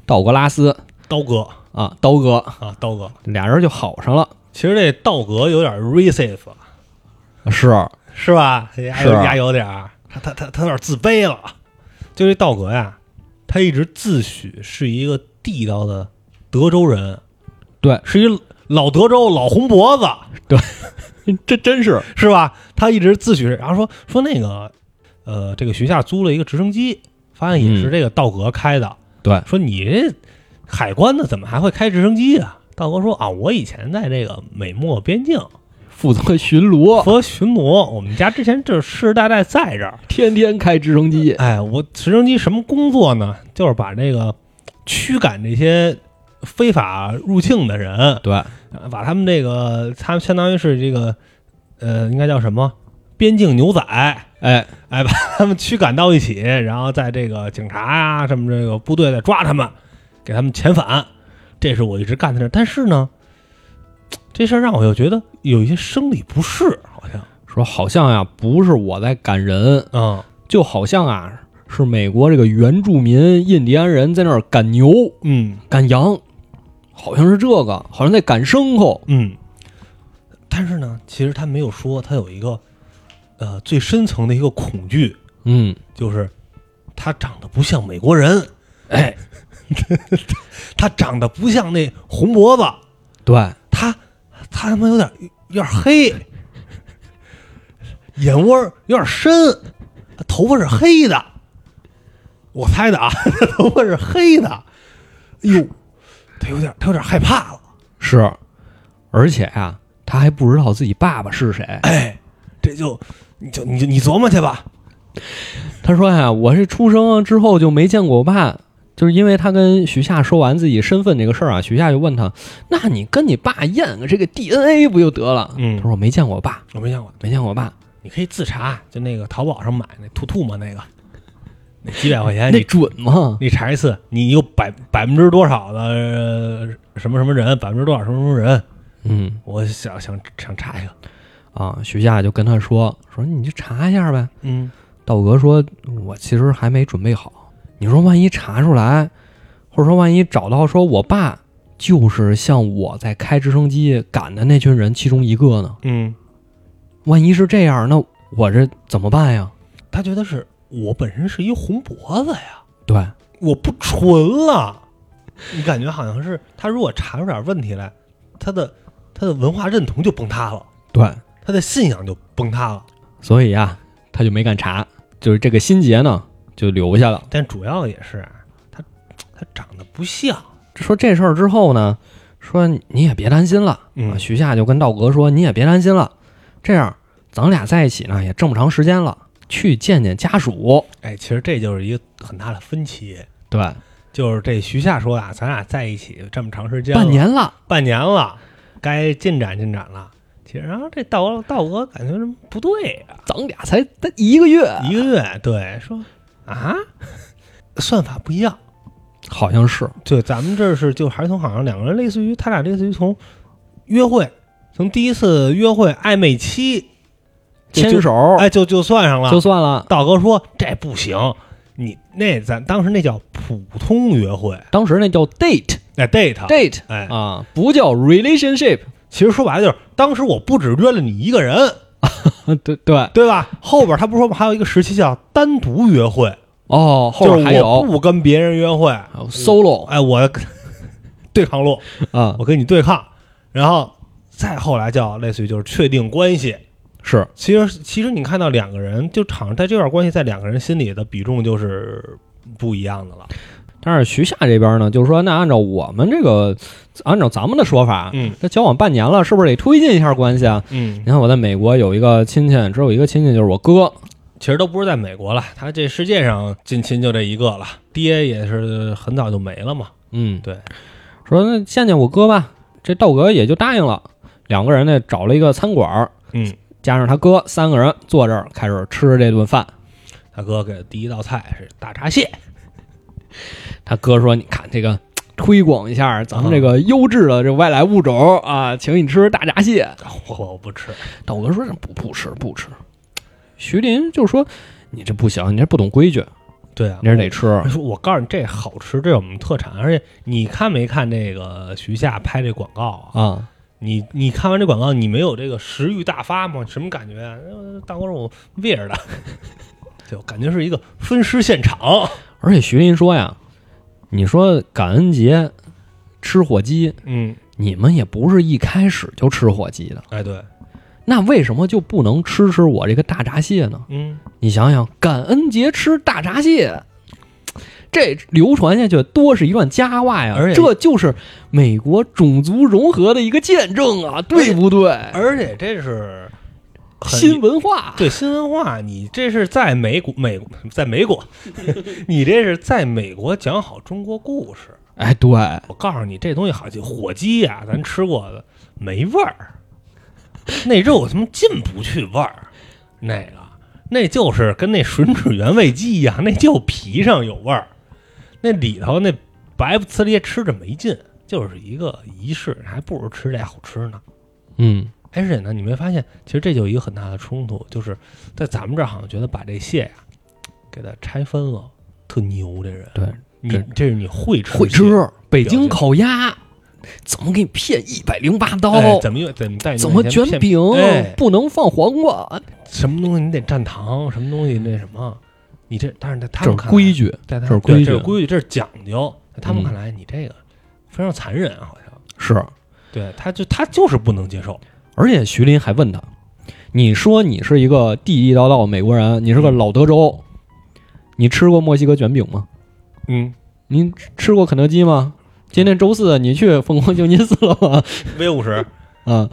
道格拉斯刀哥啊，刀哥，啊，刀哥，俩人就好上了。其实这道格有点 receive，是，是吧？呀是啊有呀有点儿，他他他他有点自卑了。就这道格呀，他一直自诩是一个地道的德州人，对，是一老德州老红脖子，这真是是吧？他一直自诩，然后说说那个，呃，这个徐夏租了一个直升机，发现也是这个道格开的。嗯对说你这哦海关的怎么还会开直升机啊？道格说啊，我以前在这个美墨边境负责巡逻，和巡逻，我们家之前就是世世代代在这儿。天天开直升机。哎，我直升机什么工作呢？就是把这个驱赶这些非法入境的人，对，把他们这个，他们相当于是这个，呃，应该叫什么？边境牛仔，哎，他们驱赶到一起，然后在这个警察啊什么这个部队再抓他们，给他们遣返。这是我一直干的事儿，但是呢，这事儿让我又觉得有一些生理不适，好像，说好像呀、不是我在赶人，嗯，就好像啊，是美国这个原住民印第安人在那儿赶牛、嗯赶羊，好像是这个，好像在赶牲口。嗯，但是呢，其实他没有说，他有一个呃最深层的一个恐惧，嗯，就是他长得不像美国人，哎，他长得不像那红脖子，对，他他他妈有点有点黑，眼窝儿有点深，头发是黑的，我猜的啊， 头发是黑的，哎呦，他有点他有点害怕了，是，而且啊，他还不知道自己爸爸是谁。 哎，这就你就你就你琢磨去吧，他说呀、我是出生之后就没见过我爸，就是因为他跟许夏说完自己身份这个事儿啊，许夏就问他，那你跟你爸验个这个 DNA 不就得了？嗯他说我没见过我爸，我没想过，没见过我爸，你可以自查，就那个淘宝上买那兔兔嘛那个，那几百块钱那哎你。准吗？你查一次，你有百百分之多少的、呃什么什么人，百分之多少什么什么人？嗯我想想想查一个，啊，许夏就跟他说，说你去查一下呗。嗯，道格说，我其实还没准备好。你说万一查出来，或者说万一找到说我爸就是像我在开直升机赶的那群人其中一个呢？嗯，万一是这样，那我这怎么办呀？他觉得是我本身是一红脖子呀，对。我不纯了。你感觉好像是他如果查出点问题来，他的他的文化认同就崩塌了，对，他的信仰就崩塌了。所以啊，他就没敢查，就是这个心结呢就留下了。但主要也是啊他他长得不像，说这事儿之后呢，说你也别担心了，嗯啊徐夏就跟道格说你也别担心了，这样咱俩在一起呢也这么长时间了，去见见家属。哎，其实这就是一个很大的分歧。对，就是这徐夏说啊，咱俩在一起这么长时间了，半年了，半年了，该进展进展了。其实，然后这道道哥感觉不对啊咱俩才一个月，一个月，对，说啊，算法不一样。好像是对，咱们这是就还是从好像两个人类似于他俩类似于从约会，从第一次约会暧昧期，就牵手，哎，就就算上了。哦就算了。道哥说这不行，你那咱当时那叫普通约会，当时那叫 date 哎，date， date 哎，啊，不叫 relationship。其实说白了就是，当时我不只约了你一个人， 对对，对吧？后边他不是说还有一个时期叫单独约会，哦，后就是边还我有不跟别人约会，还有 solo 哎，我 对抗路，啊，我跟你对抗，然后再后来叫类似于就是确定关系。是其实其实你看到两个人就场在这段关系在两个人心里的比重就是不一样的了。但是徐夏这边呢，就是说，那按照我们这个，按照咱们的说法，嗯这交往半年了，是不是得推进一下关系啊？嗯你，看我在美国有一个亲戚，只有一个亲戚就是我哥，其实都不是在美国了，他这世界上近亲就这一个了，爹也是很早就没了嘛。嗯，对，说那见见我哥吧，这道格也就答应了。两个人呢找了一个餐馆儿，嗯，加上他哥，三个人坐这儿开始吃这顿饭。他哥给的第一道菜是大闸蟹，他哥说：“你看这个，推广一下咱们这个优质的这外来物种啊，请你吃大闸蟹。”我我不吃。道格说不不吃不吃，徐林就说你这不行，你这不懂规矩，对啊，你这得吃他。说：“我告诉你，这好吃，这是我们特产。而且你看没看这个徐夏拍这广告啊？啊，你你看完这广告，你没有这个食欲大发吗？什么感觉啊？呃大锅肉味儿的， 就感觉是一个分尸现场。而且徐林说呀，你说感恩节吃火鸡，嗯，你们也不是一开始就吃火鸡的，哎对，那为什么就不能吃吃我这个大闸蟹呢？嗯，你想想，感恩节吃大闸蟹，这流传下去多是一段佳话呀而，且这就是美国种族融合的一个见证啊，对不对？而且这是很新文化，对新文化，你这是在美国美在美国， 你这是在美国讲好中国故事。哎，对，我告诉你，这东西好像火鸡呀、咱吃过的没味儿，那肉他妈进不去味儿，那个那就是跟那吮指原味鸡一样，那就皮上有味儿，那里头那白不呲咧吃着没劲，就是一个仪式，还不如吃这好吃呢。嗯，而且呢，你没发现，其实这就有一个很大的冲突，就是在咱们这儿好像觉得把这蟹呀、给它拆分了，特牛这人。对，你这这是你会吃会蟹吃北表京现烤鸭，怎么给你骗一百零八刀？哎，怎么又怎么带你哦怎么那些卷片饼、哎，不能放黄瓜？什么东西你得蘸糖，什么东西那什么，你这但是在他这们是看来规，矩，在他这是们规对矩这是规矩，这是讲究，在他们嗯看来你这个非常残忍，啊好像是。对，他就他就是不能接受，而且徐林还问他：“你说你是一个地地道道的美国人，你是个老德州，你吃过墨西哥卷饼吗？嗯，你吃过肯德基吗？今天周四你去凤凰旧金寺了吗？ 威五 十，啊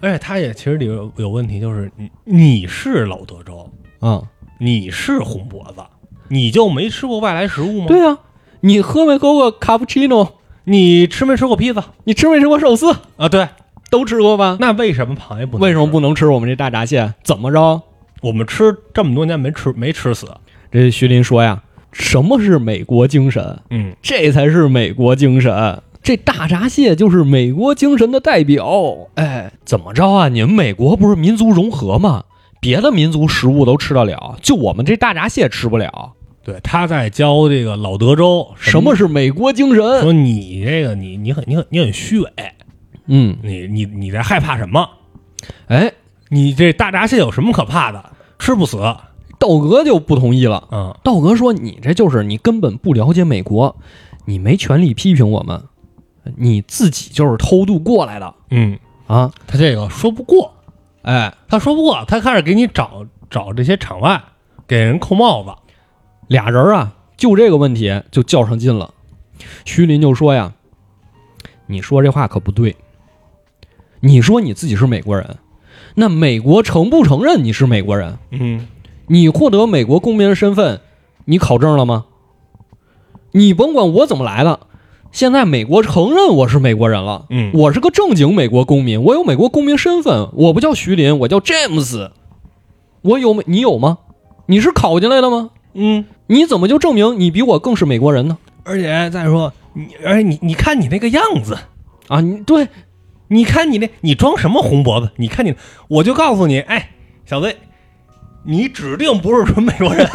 而且他也其实里有有问题，就是你你是老德州，啊，你是红脖子，你就没吃过外来食物吗？对啊，你喝没喝过卡布奇诺？你吃没吃过披萨你吃没吃过寿司？啊？对，都吃过吧？那为什么螃蟹不能吃？为什么不能吃我们这大闸蟹？怎么着？”我们吃这么多年没吃没吃死？这徐林说呀：“什么是美国精神？嗯，这才是美国精神。这大闸蟹就是美国精神的代表。哎，怎么着啊？你们美国不是民族融合吗？别的民族食物都吃得了，就我们这大闸蟹吃不了。对，他在教这个老德州什么是美国精神？说你这个你你很你很你很虚伪，嗯，你你你在害怕什么？哎，你这大闸蟹有什么可怕的？吃不死，道格就不同意了。嗯，道格说：“你这就是你根本不了解美国，你没权利批评我们，你自己就是偷渡过来的嗯，啊！他这个说不过，哎，他说不过，他开始给你找找这些场外，给人扣帽子，俩人啊，就这个问题就较上劲了。徐林就说呀：“你说这话可不对。你说你自己是美国人，那美国承不承认你是美国人？嗯，你获得美国公民的身份，你考证了吗？你甭管我怎么来的，现在美国承认我是美国人了。嗯我是个正经美国公民，我有美国公民身份，我不叫徐林，我叫 James。我有美，你有吗？你是考进来的吗？嗯，你怎么就证明你比我更是美国人呢？而且再说你，而且你你看你那个样子，啊，你对，你看你那，你装什么红脖子？你看你，我就告诉你，哎，小子，你指定不是纯美国人。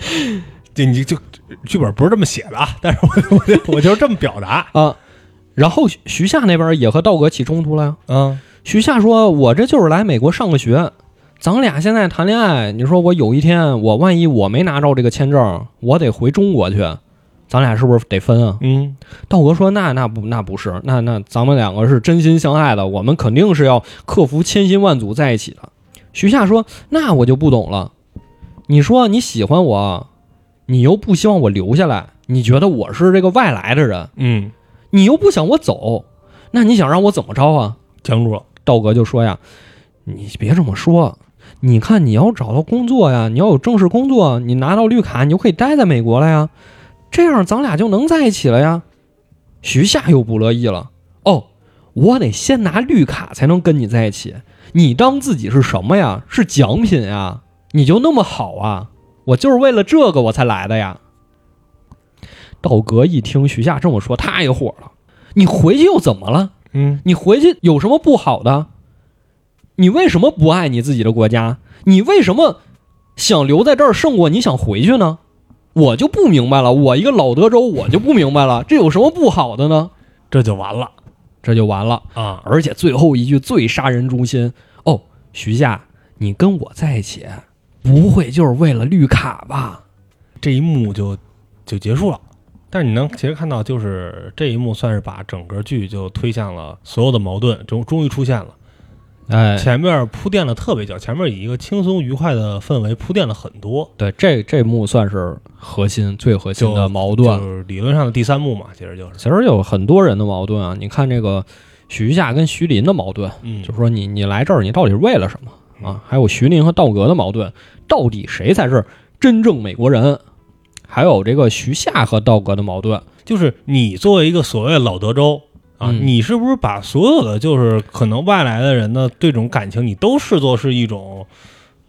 就你就剧本不是这么写的啊， 但是我我就我就是这么表达。啊，然后徐徐夏那边也和道格起冲突了呀。嗯徐夏说：“我这就是来美国上个学，咱俩现在谈恋爱，你说我有一天我万一我没拿着这个签证，我得回中国去，咱俩是不是得分啊嗯，？”道格说：“那那不那不是，那那咱们两个是真心相爱的，我们肯定是要克服千辛万阻在一起的。”徐夏说：“那我就不懂了，你说你喜欢我，你又不希望我留下来，你觉得我是这个外来的人，嗯，你又不想我走，那你想让我怎么着啊？”僵住了。道格就说呀：“你别这么说，你看你要找到工作呀，你要有正式工作，你拿到绿卡，你就可以待在美国了呀，这样咱俩就能在一起了呀。”徐夏又不乐意了：“哦，我得先拿绿卡才能跟你在一起，你当自己是什么呀？是奖品呀？你就那么好啊？我就是为了这个我才来的呀。”道格一听徐夏这么说，他也火了：“你回去又怎么了？嗯，你回去有什么不好的？你为什么不爱你自己的国家？你为什么想留在这儿胜过你想回去呢？我就不明白了，我一个老德州，我就不明白了，这有什么不好的呢？这就完了这就完了。啊。而且最后一句最杀人诛心哦，徐夏，你跟我在一起，不会就是为了绿卡吧？这一幕就就结束了。但是你能其实看到，就是这一幕算是把整个剧就推向了所有的矛盾，终终于出现了。哎，前面铺垫了特别久，前面以一个轻松愉快的氛围铺垫了很多，对，这这幕算是核心最核心的就矛盾了。就是理论上的第三幕嘛，其实就是，其实有很多人的矛盾啊，你看这个许夏跟徐林的矛盾，嗯，就是说你你来这儿你到底是为了什么啊？还有徐宁和道格的矛盾，到底谁才是真正美国人？还有这个徐夏和道格的矛盾，就是你作为一个所谓老德州啊，嗯你是不是把所有的就是可能外来的人的这种感情，你都视作是一种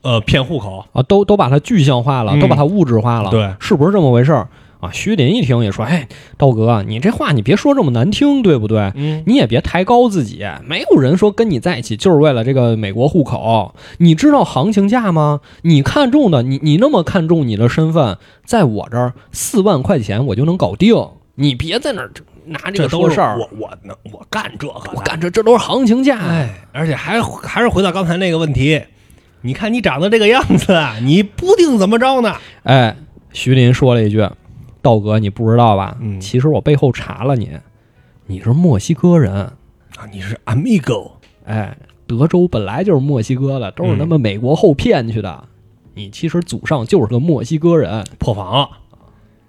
呃骗户口？啊，都都把它具象化了，嗯都把它物质化了，对，是不是这么回事儿啊？徐林一听也说，哎，道格啊，你这话你别说这么难听，对不对？嗯，你也别抬高自己，没有人说跟你在一起就是为了这个美国户口。你知道行情价吗？你看中的，你你那么看重你的身份，在我这儿四万块钱我就能搞定。你别在那儿拿这这个都说是事儿，我我能我干这个我的，干这这都是行情价。哎，而且还还是回到刚才那个问题。你看你长得这个样子啊，你不定怎么着呢。哎，徐林说了一句：“道哥，你不知道吧？嗯其实我背后查了你，你是墨西哥人。啊，你是 amigo，哎，德州本来就是墨西哥的，都是他妈美国后骗去的。你其实祖上就是个墨西哥人。”破防了，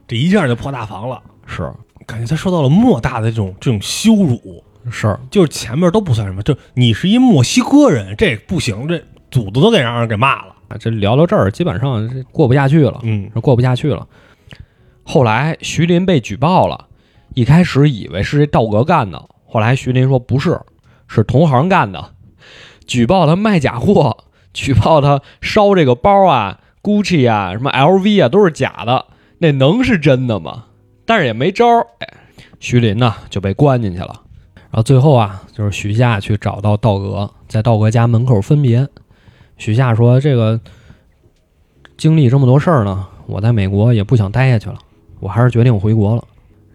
这一下就破大防了，是感觉他受到了莫大的这种这种羞辱。是，就是前面都不算什么，就你是一墨西哥人，这不行，这祖宗都给让人给骂了。啊，这聊到这儿，基本上是过不下去了，嗯是过不下去了。后来徐林被举报了，一开始以为是这道格干的，后来徐林说不是，是同行干的，举报他卖假货，举报他烧这个包啊、GUCCI 啊、什么 LV 啊都是假的，那能是真的吗？但是也没招儿，哎，徐林呢就被关进去了。然后最后啊，就是徐夏去找到道格，在道格家门口分别。许夏说：“这个经历这么多事儿呢，我在美国也不想待下去了，我还是决定回国了。”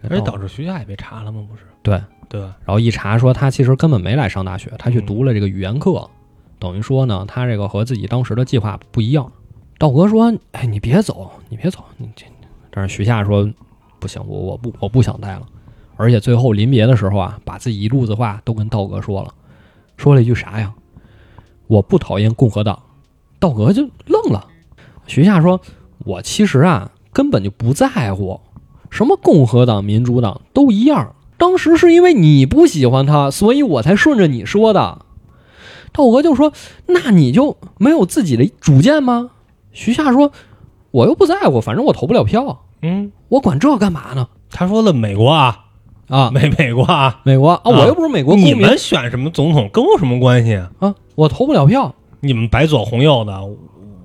而且导致学校也被查了吗？不是，对对吧？然后一查说他其实根本没来上大学，他去读了这个语言课，等于说呢，他这个和自己当时的计划不一样。道格说：“哎，你别走，你别走，你这。”但是徐夏说：“不行，我我不我不想待了。”而且最后临别的时候啊，把自己一肚子话都跟道格说了，说了一句啥呀？我不讨厌共和党。道格就愣了。徐夏说：“我其实啊，根本就不在乎，什么共和党、民主党都一样。当时是因为你不喜欢他，所以我才顺着你说的。”道格就说：“那你就没有自己的主见吗？”徐夏说：“我又不在乎，反正我投不了票，嗯，我管这干嘛呢？他说了美国啊，啊，美美国啊，美国啊，啊我又不是美国公你民们选什么总统跟我什么关系啊？啊，我投不了票。你们白左红右的，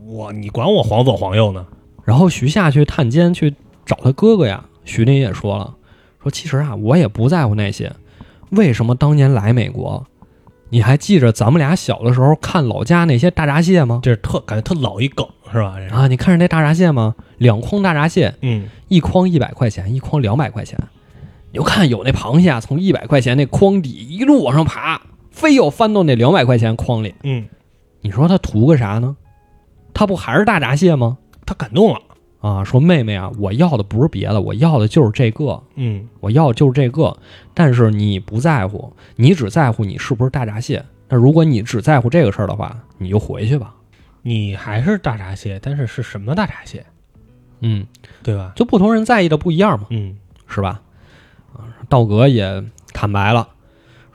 我你管我黄左黄右呢？”然后徐夏去探监去找他哥哥呀，徐林也说了，说其实啊，我也不在乎那些，为什么当年来美国？你还记着咱们俩小的时候看老家那些大闸蟹吗？这是特感觉特老一梗是吧？这是啊，你看着那大闸蟹吗？两筐大闸蟹，嗯，一筐一百块钱，一筐两百块钱。你就看有那螃蟹啊从一百块钱那筐底一路往上爬，非要翻到那两百块钱筐里。嗯，你说他图个啥呢？他不还是大闸蟹吗？他感动了，啊，说妹妹啊，我要的不是别的，我要的就是这个，嗯，我要的就是这个。但是你不在乎，你只在乎你是不是大闸蟹。那如果你只在乎这个事儿的话，你就回去吧。你还是大闸蟹，但是是什么大闸蟹，嗯，对吧？就不同人在意的不一样嘛，嗯是吧？啊，道格也坦白了，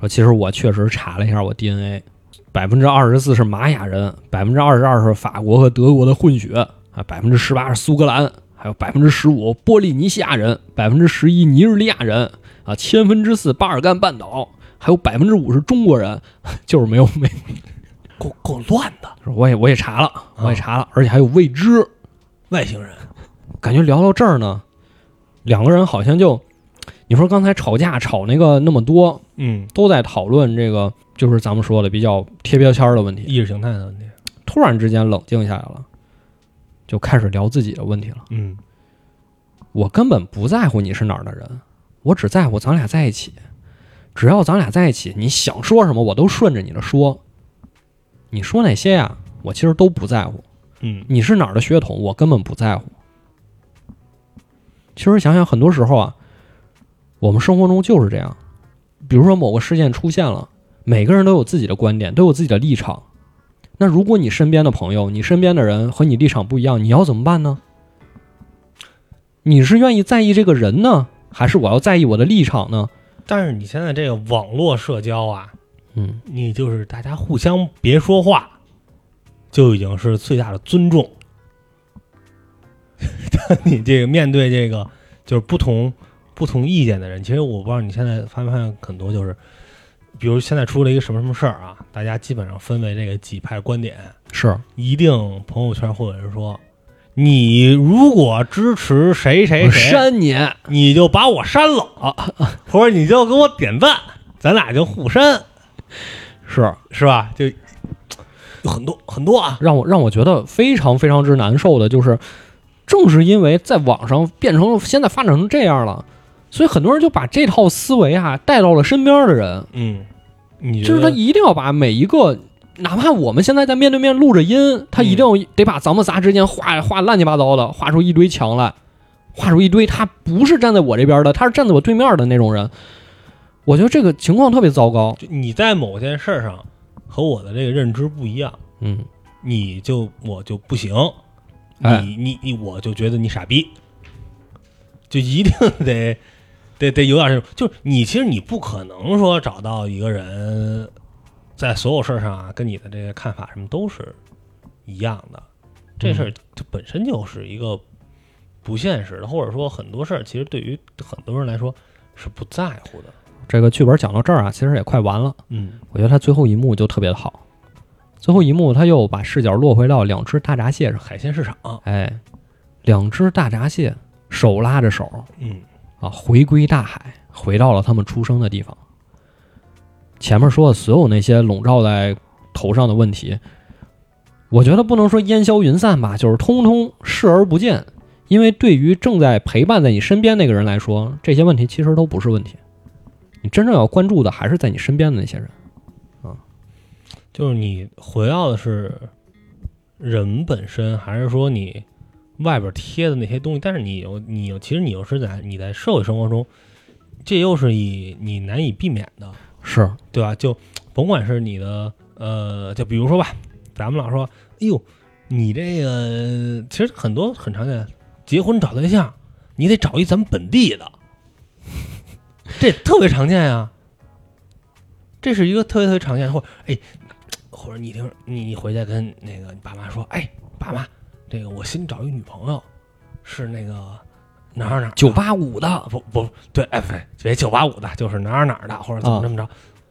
说其实我确实查了一下我 DNA，百分之二十四是玛雅人，百分之二十二是法国和德国的混血啊，百分之十八是苏格兰，还有百分之十五波利尼西亚人，百分之十一尼日利亚人啊，千分之四巴尔干半岛，还有百分之五是中国人， 就是没有美。够够乱的我也我也查了，我也查了，而且还有未知。外星人，感觉聊到这儿呢，两个人好像就，你说刚才吵架吵那个那么多，嗯，都在讨论这个，就是咱们说的比较贴标签儿的问题。意识形态的问题，突然之间冷静下来了，就开始聊自己的问题了。嗯我根本不在乎你是哪儿的人，我只在乎咱俩在一起。只要咱俩在一起，你想说什么我都顺着你的说。你说哪些呀、我其实都不在乎。嗯你是哪儿的血统，我根本不在乎。其实想想，很多时候啊，我们生活中就是这样。比如说某个事件出现了，每个人都有自己的观点，都有自己的立场。那如果你身边的朋友、你身边的人和你立场不一样，你要怎么办呢？你是愿意在意这个人呢，还是我要在意我的立场呢？但是你现在这个网络社交啊，嗯，你就是大家互相别说话，就已经是最大的尊重。 但你这个面对这个就是不同不同意见的人，其实我不知道你现在发没发现很多就是，比如现在出了一个什么什么事儿啊，大家基本上分为这个几派观点，是一定朋友圈会有人说，你如果支持谁谁我谁，删你，你就把我删 了，或者你就给我点赞，咱俩就互删，是是吧？就有很多很多啊，让我让我觉得非常非常之难受的，就是正是因为在网上变成了现在发展成这样了，所以很多人就把这套思维啊带到了身边的人，嗯，你觉就是得他一定要把每一个，哪怕我们现在在面对面录着音，他一定嗯要得把咱们仨之间画画乱七八糟的，画出一堆墙来，画出一堆他不是站在我这边的，他是站在我对面的那种人。我觉得这个情况特别糟糕。就你在某件事儿上和我的这个认知不一样，嗯，你就我就不行，哎你你你我就觉得你傻逼，就一定得 得得有点这种，就是你其实你不可能说找到一个人在所有事儿上啊跟你的这个看法什么都是一样的， 这事儿它本身就是一个不现实的，或者说很多事儿其实对于很多人来说是不在乎的，这个剧本讲到这儿啊，其实也快完了。嗯我觉得他最后一幕就特别的好，最后一幕他又把视角落回到两只大闸蟹上。海鲜市场，哎，两只大闸蟹手拉着手，嗯啊，回归大海，回到了他们出生的地方。前面说的所有那些笼罩在头上的问题，我觉得不能说烟消云散吧，就是通通视而不见。因为对于正在陪伴在你身边那个人来说，这些问题其实都不是问题。你真正要关注的还是在你身边的那些人。就是你回到的是人本身，还是说你外边贴的那些东西？但是你有你有，其实你又是在你在社会生活中，这又是以你难以避免的，是，对吧？就甭管是你的呃，就比如说吧，咱们老说，哎呦，你这个其实很多很常见，结婚找对象，你得找一咱们本地的， 这特别常见呀、这是一个特别特别常见，或者哎，或者你听你你回家跟那个你爸妈说，哎，爸妈，这个我新找一女朋友，是那个哪儿哪儿九八五啊，的，不不对，哎，不对，别九八五的，就是哪儿哪儿的，或者怎么啊这么着。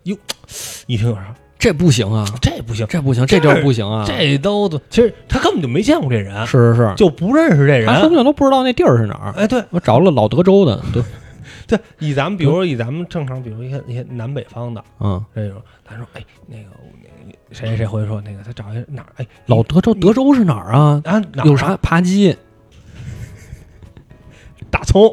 哟、一听有啥，这不行啊，这不行，这不行，这这儿地儿不行啊，这都其实他根本就没见过这人，是是是，就不认识这人。他说不定都不知道那地儿是哪儿。哎，对我找了老德州的，对，对，以咱们比如说以咱们正常，比如一些一些南北方的嗯，这种，咱说哎那个那个谁谁谁会说那个他找一哪儿哎老德州，德州是哪儿啊？啊哪儿有啥扒鸡？大葱，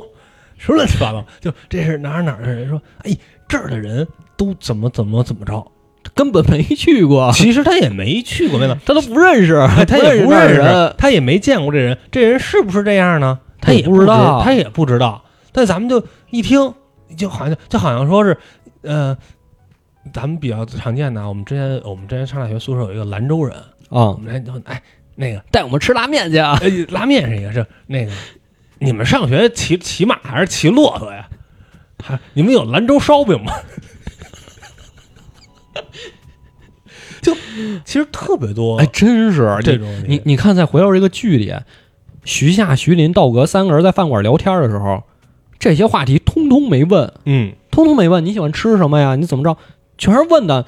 什么乱七八糟，就这是哪儿哪儿的人说哎这儿的人都怎么怎么怎么着，根本没去过， 其实他也没去过那个。他都不认识， 哎，他也不不认识那识人，，他也没见过这人，这人是不是这样呢？他也也不知道啊他也不知道。但咱们就一听，就好像就好像说是，呃，咱们比较常见的啊，我们之前我们之前上大学宿舍有一个兰州人，我啊，们来就哎那个带我们吃拉面去啊！呃拉面是一个是那个，你们上学骑骑马还是骑骆驼呀？还你们有兰州烧饼吗？ 就其实特别多，哎，真是这你种你你看，再回到这个剧里，徐夏、徐林、道格三个人在饭馆聊天的时候，这些话题通通没问，嗯。通通没问你喜欢吃什么呀？你怎么着？全是问的。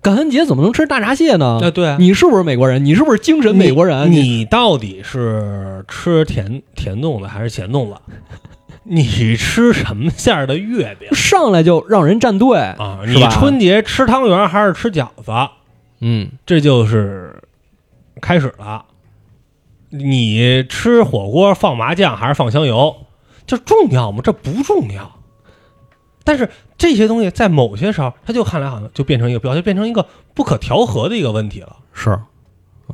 感恩节怎么能吃大闸蟹呢？啊，对啊，你是不是美国人？你是不是精神美国人？你你到底是吃甜甜粽子还是咸粽子？ 你吃什么馅儿的月饼上来就让人站队啊？是你吧春节吃汤圆还是吃饺子？嗯，这就是开始了。你吃火锅放麻酱还是放香油，这重要吗？这不重要。但是这些东西在某些时候，它就看来好像就变成一个标签，变成一个不可调和的一个问题了。是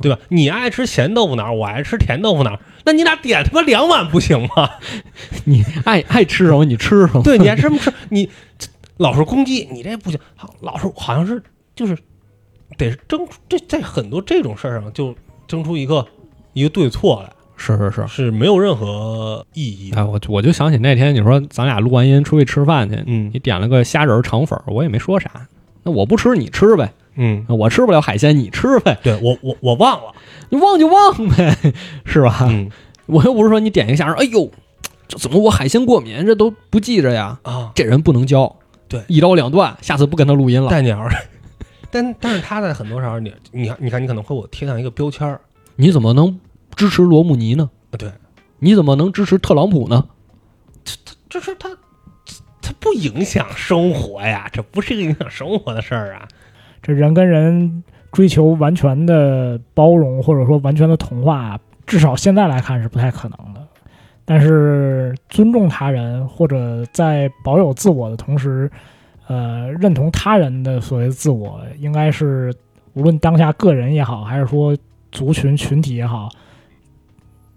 对吧？你爱吃咸豆腐脑儿，我爱吃甜豆腐脑儿，那你俩点他妈两碗不行吗？ 你爱爱吃什么你吃什么。对，你爱吃什么吃？你老是攻击你这不行，好老是好像是就是得是争出这在很多这种事儿上就争出一个一个对错来，是是是。是没有任何意义的。哎，我我就想起那天你说咱俩录完音出去吃饭去，嗯你点了个虾仁儿肠粉儿，我也没说啥。那我不吃，你吃呗。嗯，我吃不了海鲜，你吃呗。对我我我忘 了，你忘就忘呗，是吧？嗯我又不是说你点一个虾仁儿，哎呦，这怎么我海鲜过敏？这都不记着呀。啊，这人不能交，对一刀两断，下次不跟他录音了。但鸟， 但但是他在很多时候你你看你看你可能会给我贴上一个标签儿，你怎么能支持罗姆尼呢？啊对，你怎么能支持特朗普呢？就是他他不影响生活呀，这不是一个影响生活的事儿啊。这人跟人追求完全的包容，或者说完全的同化，至少现在来看是不太可能的。但是尊重他人，或者在保有自我的同时，呃，认同他人的所谓自我，应该是无论当下个人也好，还是说族群群体也好，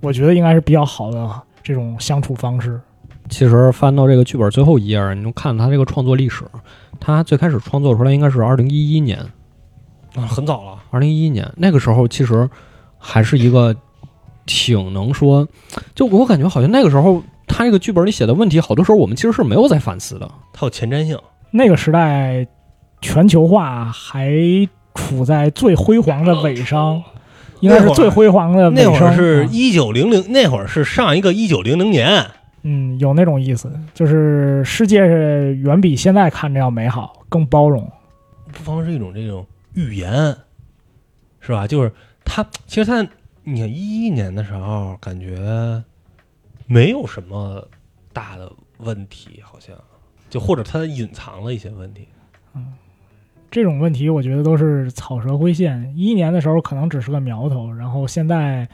我觉得应该是比较好的这种相处方式。其实翻到这个剧本最后一页，你能看他这个创作历史。他最开始创作出来应该是二零一一年，啊，很早了，二零一一年那个时候，其实还是一个挺能说，就我感觉好像那个时候他这个剧本里写的问题，好多时候我们其实是没有在反思的。它有前瞻性。那个时代，全球化还处在最辉煌的尾声，应该是最辉煌的尾那声。会儿是啊一九零零，那会儿是上一个一九零零年，嗯，有那种意思，就是世界是远比现在看着要美好，更包容。不妨是一种这种预言，是吧？就是他，其实他，你看一一年的时候，感觉没有什么大的问题，好像就或者他隐藏了一些问题。这种问题，我觉得都是草蛇灰线。一一年的时候可能只是个苗头，然后现在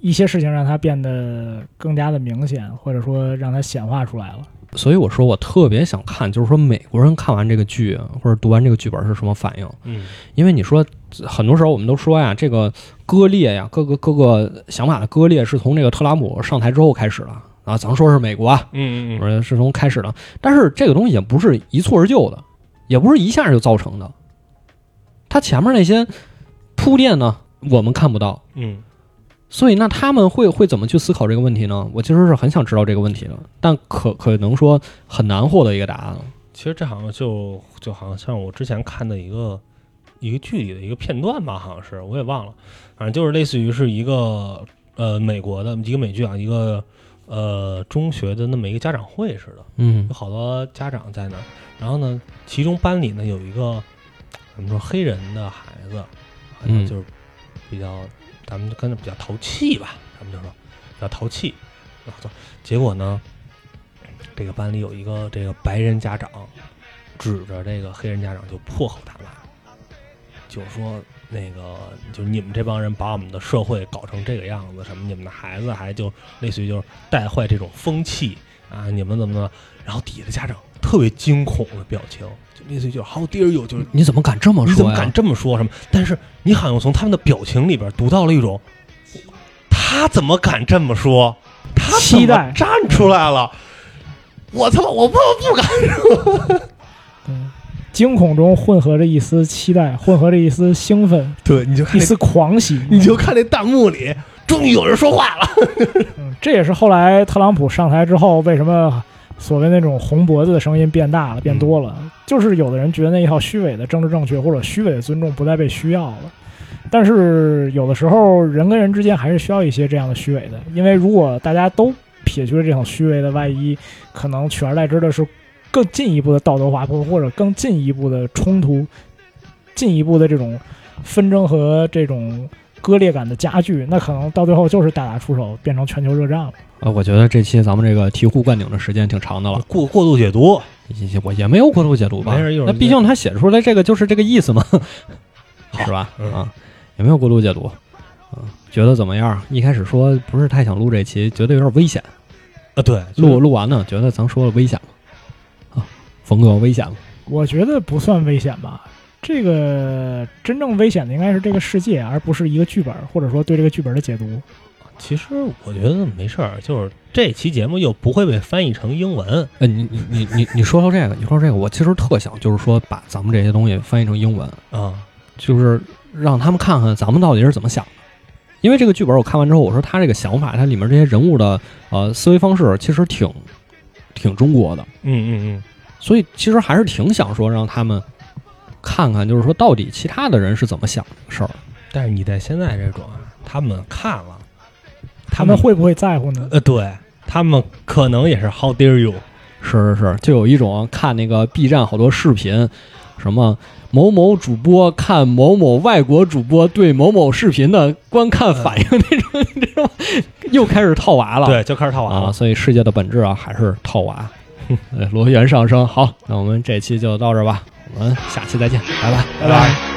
一些事情让它变得更加的明显，或者说让它显化出来了。所以我说我特别想看，就是说美国人看完这个剧或者读完这个剧本是什么反应。嗯，因为你说很多时候我们都说呀，这个割裂呀，各个各个想法的割裂是从这个特朗普上台之后开始的啊。咱们说是美国啊，嗯我说是从开始的，但是这个东西也不是一蹴而就的，也不是一下就造成的。它前面那些铺垫呢，我们看不到，嗯所以那他们会会怎么去思考这个问题呢？我其实是很想知道这个问题的，但可可能说很难获得一个答案了。其实这好像就就好像我之前看的一个一个剧里的一个片段吧，好像是我也忘了，反正就是类似于是一个呃美国的一个美剧啊，一个呃中学的那么一个家长会似的，嗯有好多家长在那儿，然后呢，其中班里呢有一个怎么说黑人的孩子，好像嗯就是比较咱们就跟着比较淘气吧，咱们就说比较淘气，然后结果呢，这个班里有一个这个白人家长指着这个黑人家长就破口大骂，就说那个就你们这帮人把我们的社会搞成这个样子，什么你们的孩子还就类似于就是带坏这种风气啊，你们怎么怎么，然后底下的家长特别惊恐的表情，就类似于就是 how dare you，就是你怎么敢这么你怎说么呀？敢这么哦说什么？但是你好像从他们的表情里边读到了一种，他怎么敢这么说？他怎么期待站出来了。我他妈，我不不敢。对，惊恐中混合着一丝期待，混合着一丝兴奋， 对，你就看一丝狂喜。你就看那弹幕里，终于有人说话了。嗯，这也是后来特朗普上台之后，为什么所谓那种红脖子的声音变大了、变多了，就是有的人觉得那一套虚伪的政治正确或者虚伪的尊重不再被需要了。但是有的时候，人跟人之间还是需要一些这样的虚伪的，因为如果大家都撇去了这种虚伪的外衣，可能取而代之的是更进一步的道德滑坡，或者更进一步的冲突，进一步的这种纷争和这种割裂感的加剧，那可能到最后就是大打出手，变成全球热战了。呃，我觉得这期咱们这个醍醐灌顶的时间挺长的了，过过度解读，也我嗯也没有过度解读吧没事一会，那儿毕竟他写出来这个就是这个意思嘛， 是吧？嗯啊，也没有过度解读，啊，觉得怎么样？一开始说不是太想录这期，觉得有点危险，啊，对，录录完呢，觉得咱说了危险了，啊，冯哥危险了，我觉得不算危险吧。这个真正危险的应该是这个世界，而不是一个剧本，或者说对这个剧本的解读。其实我觉得没事儿，就是这期节目又不会被翻译成英文，哎，你你你你你说到这个，你说到这个，我其实特想就是说把咱们这些东西翻译成英文，啊，就是让他们看看咱们到底是怎么想的。因为这个剧本我看完之后，我说他这个想法，他里面这些人物的呃思维方式其实挺挺中国的，嗯嗯所以其实还是挺想说让他们看看，就是说到底其他的人是怎么想这个事儿。嗯。但是你在现在这种啊，他们看了，他他们会不会在乎呢？呃，对他们可能也是 How dare you？是是是，就有一种看那个 B 站好多视频，什么某某主播看某某外国主播对某某视频的观看反应，那种这种又开始套娃了。对，就开始套娃啊，了。所以世界的本质啊还是套娃。呃，螺旋上升。好，那我们这期就到这儿吧，我们下期再见，拜拜，拜拜。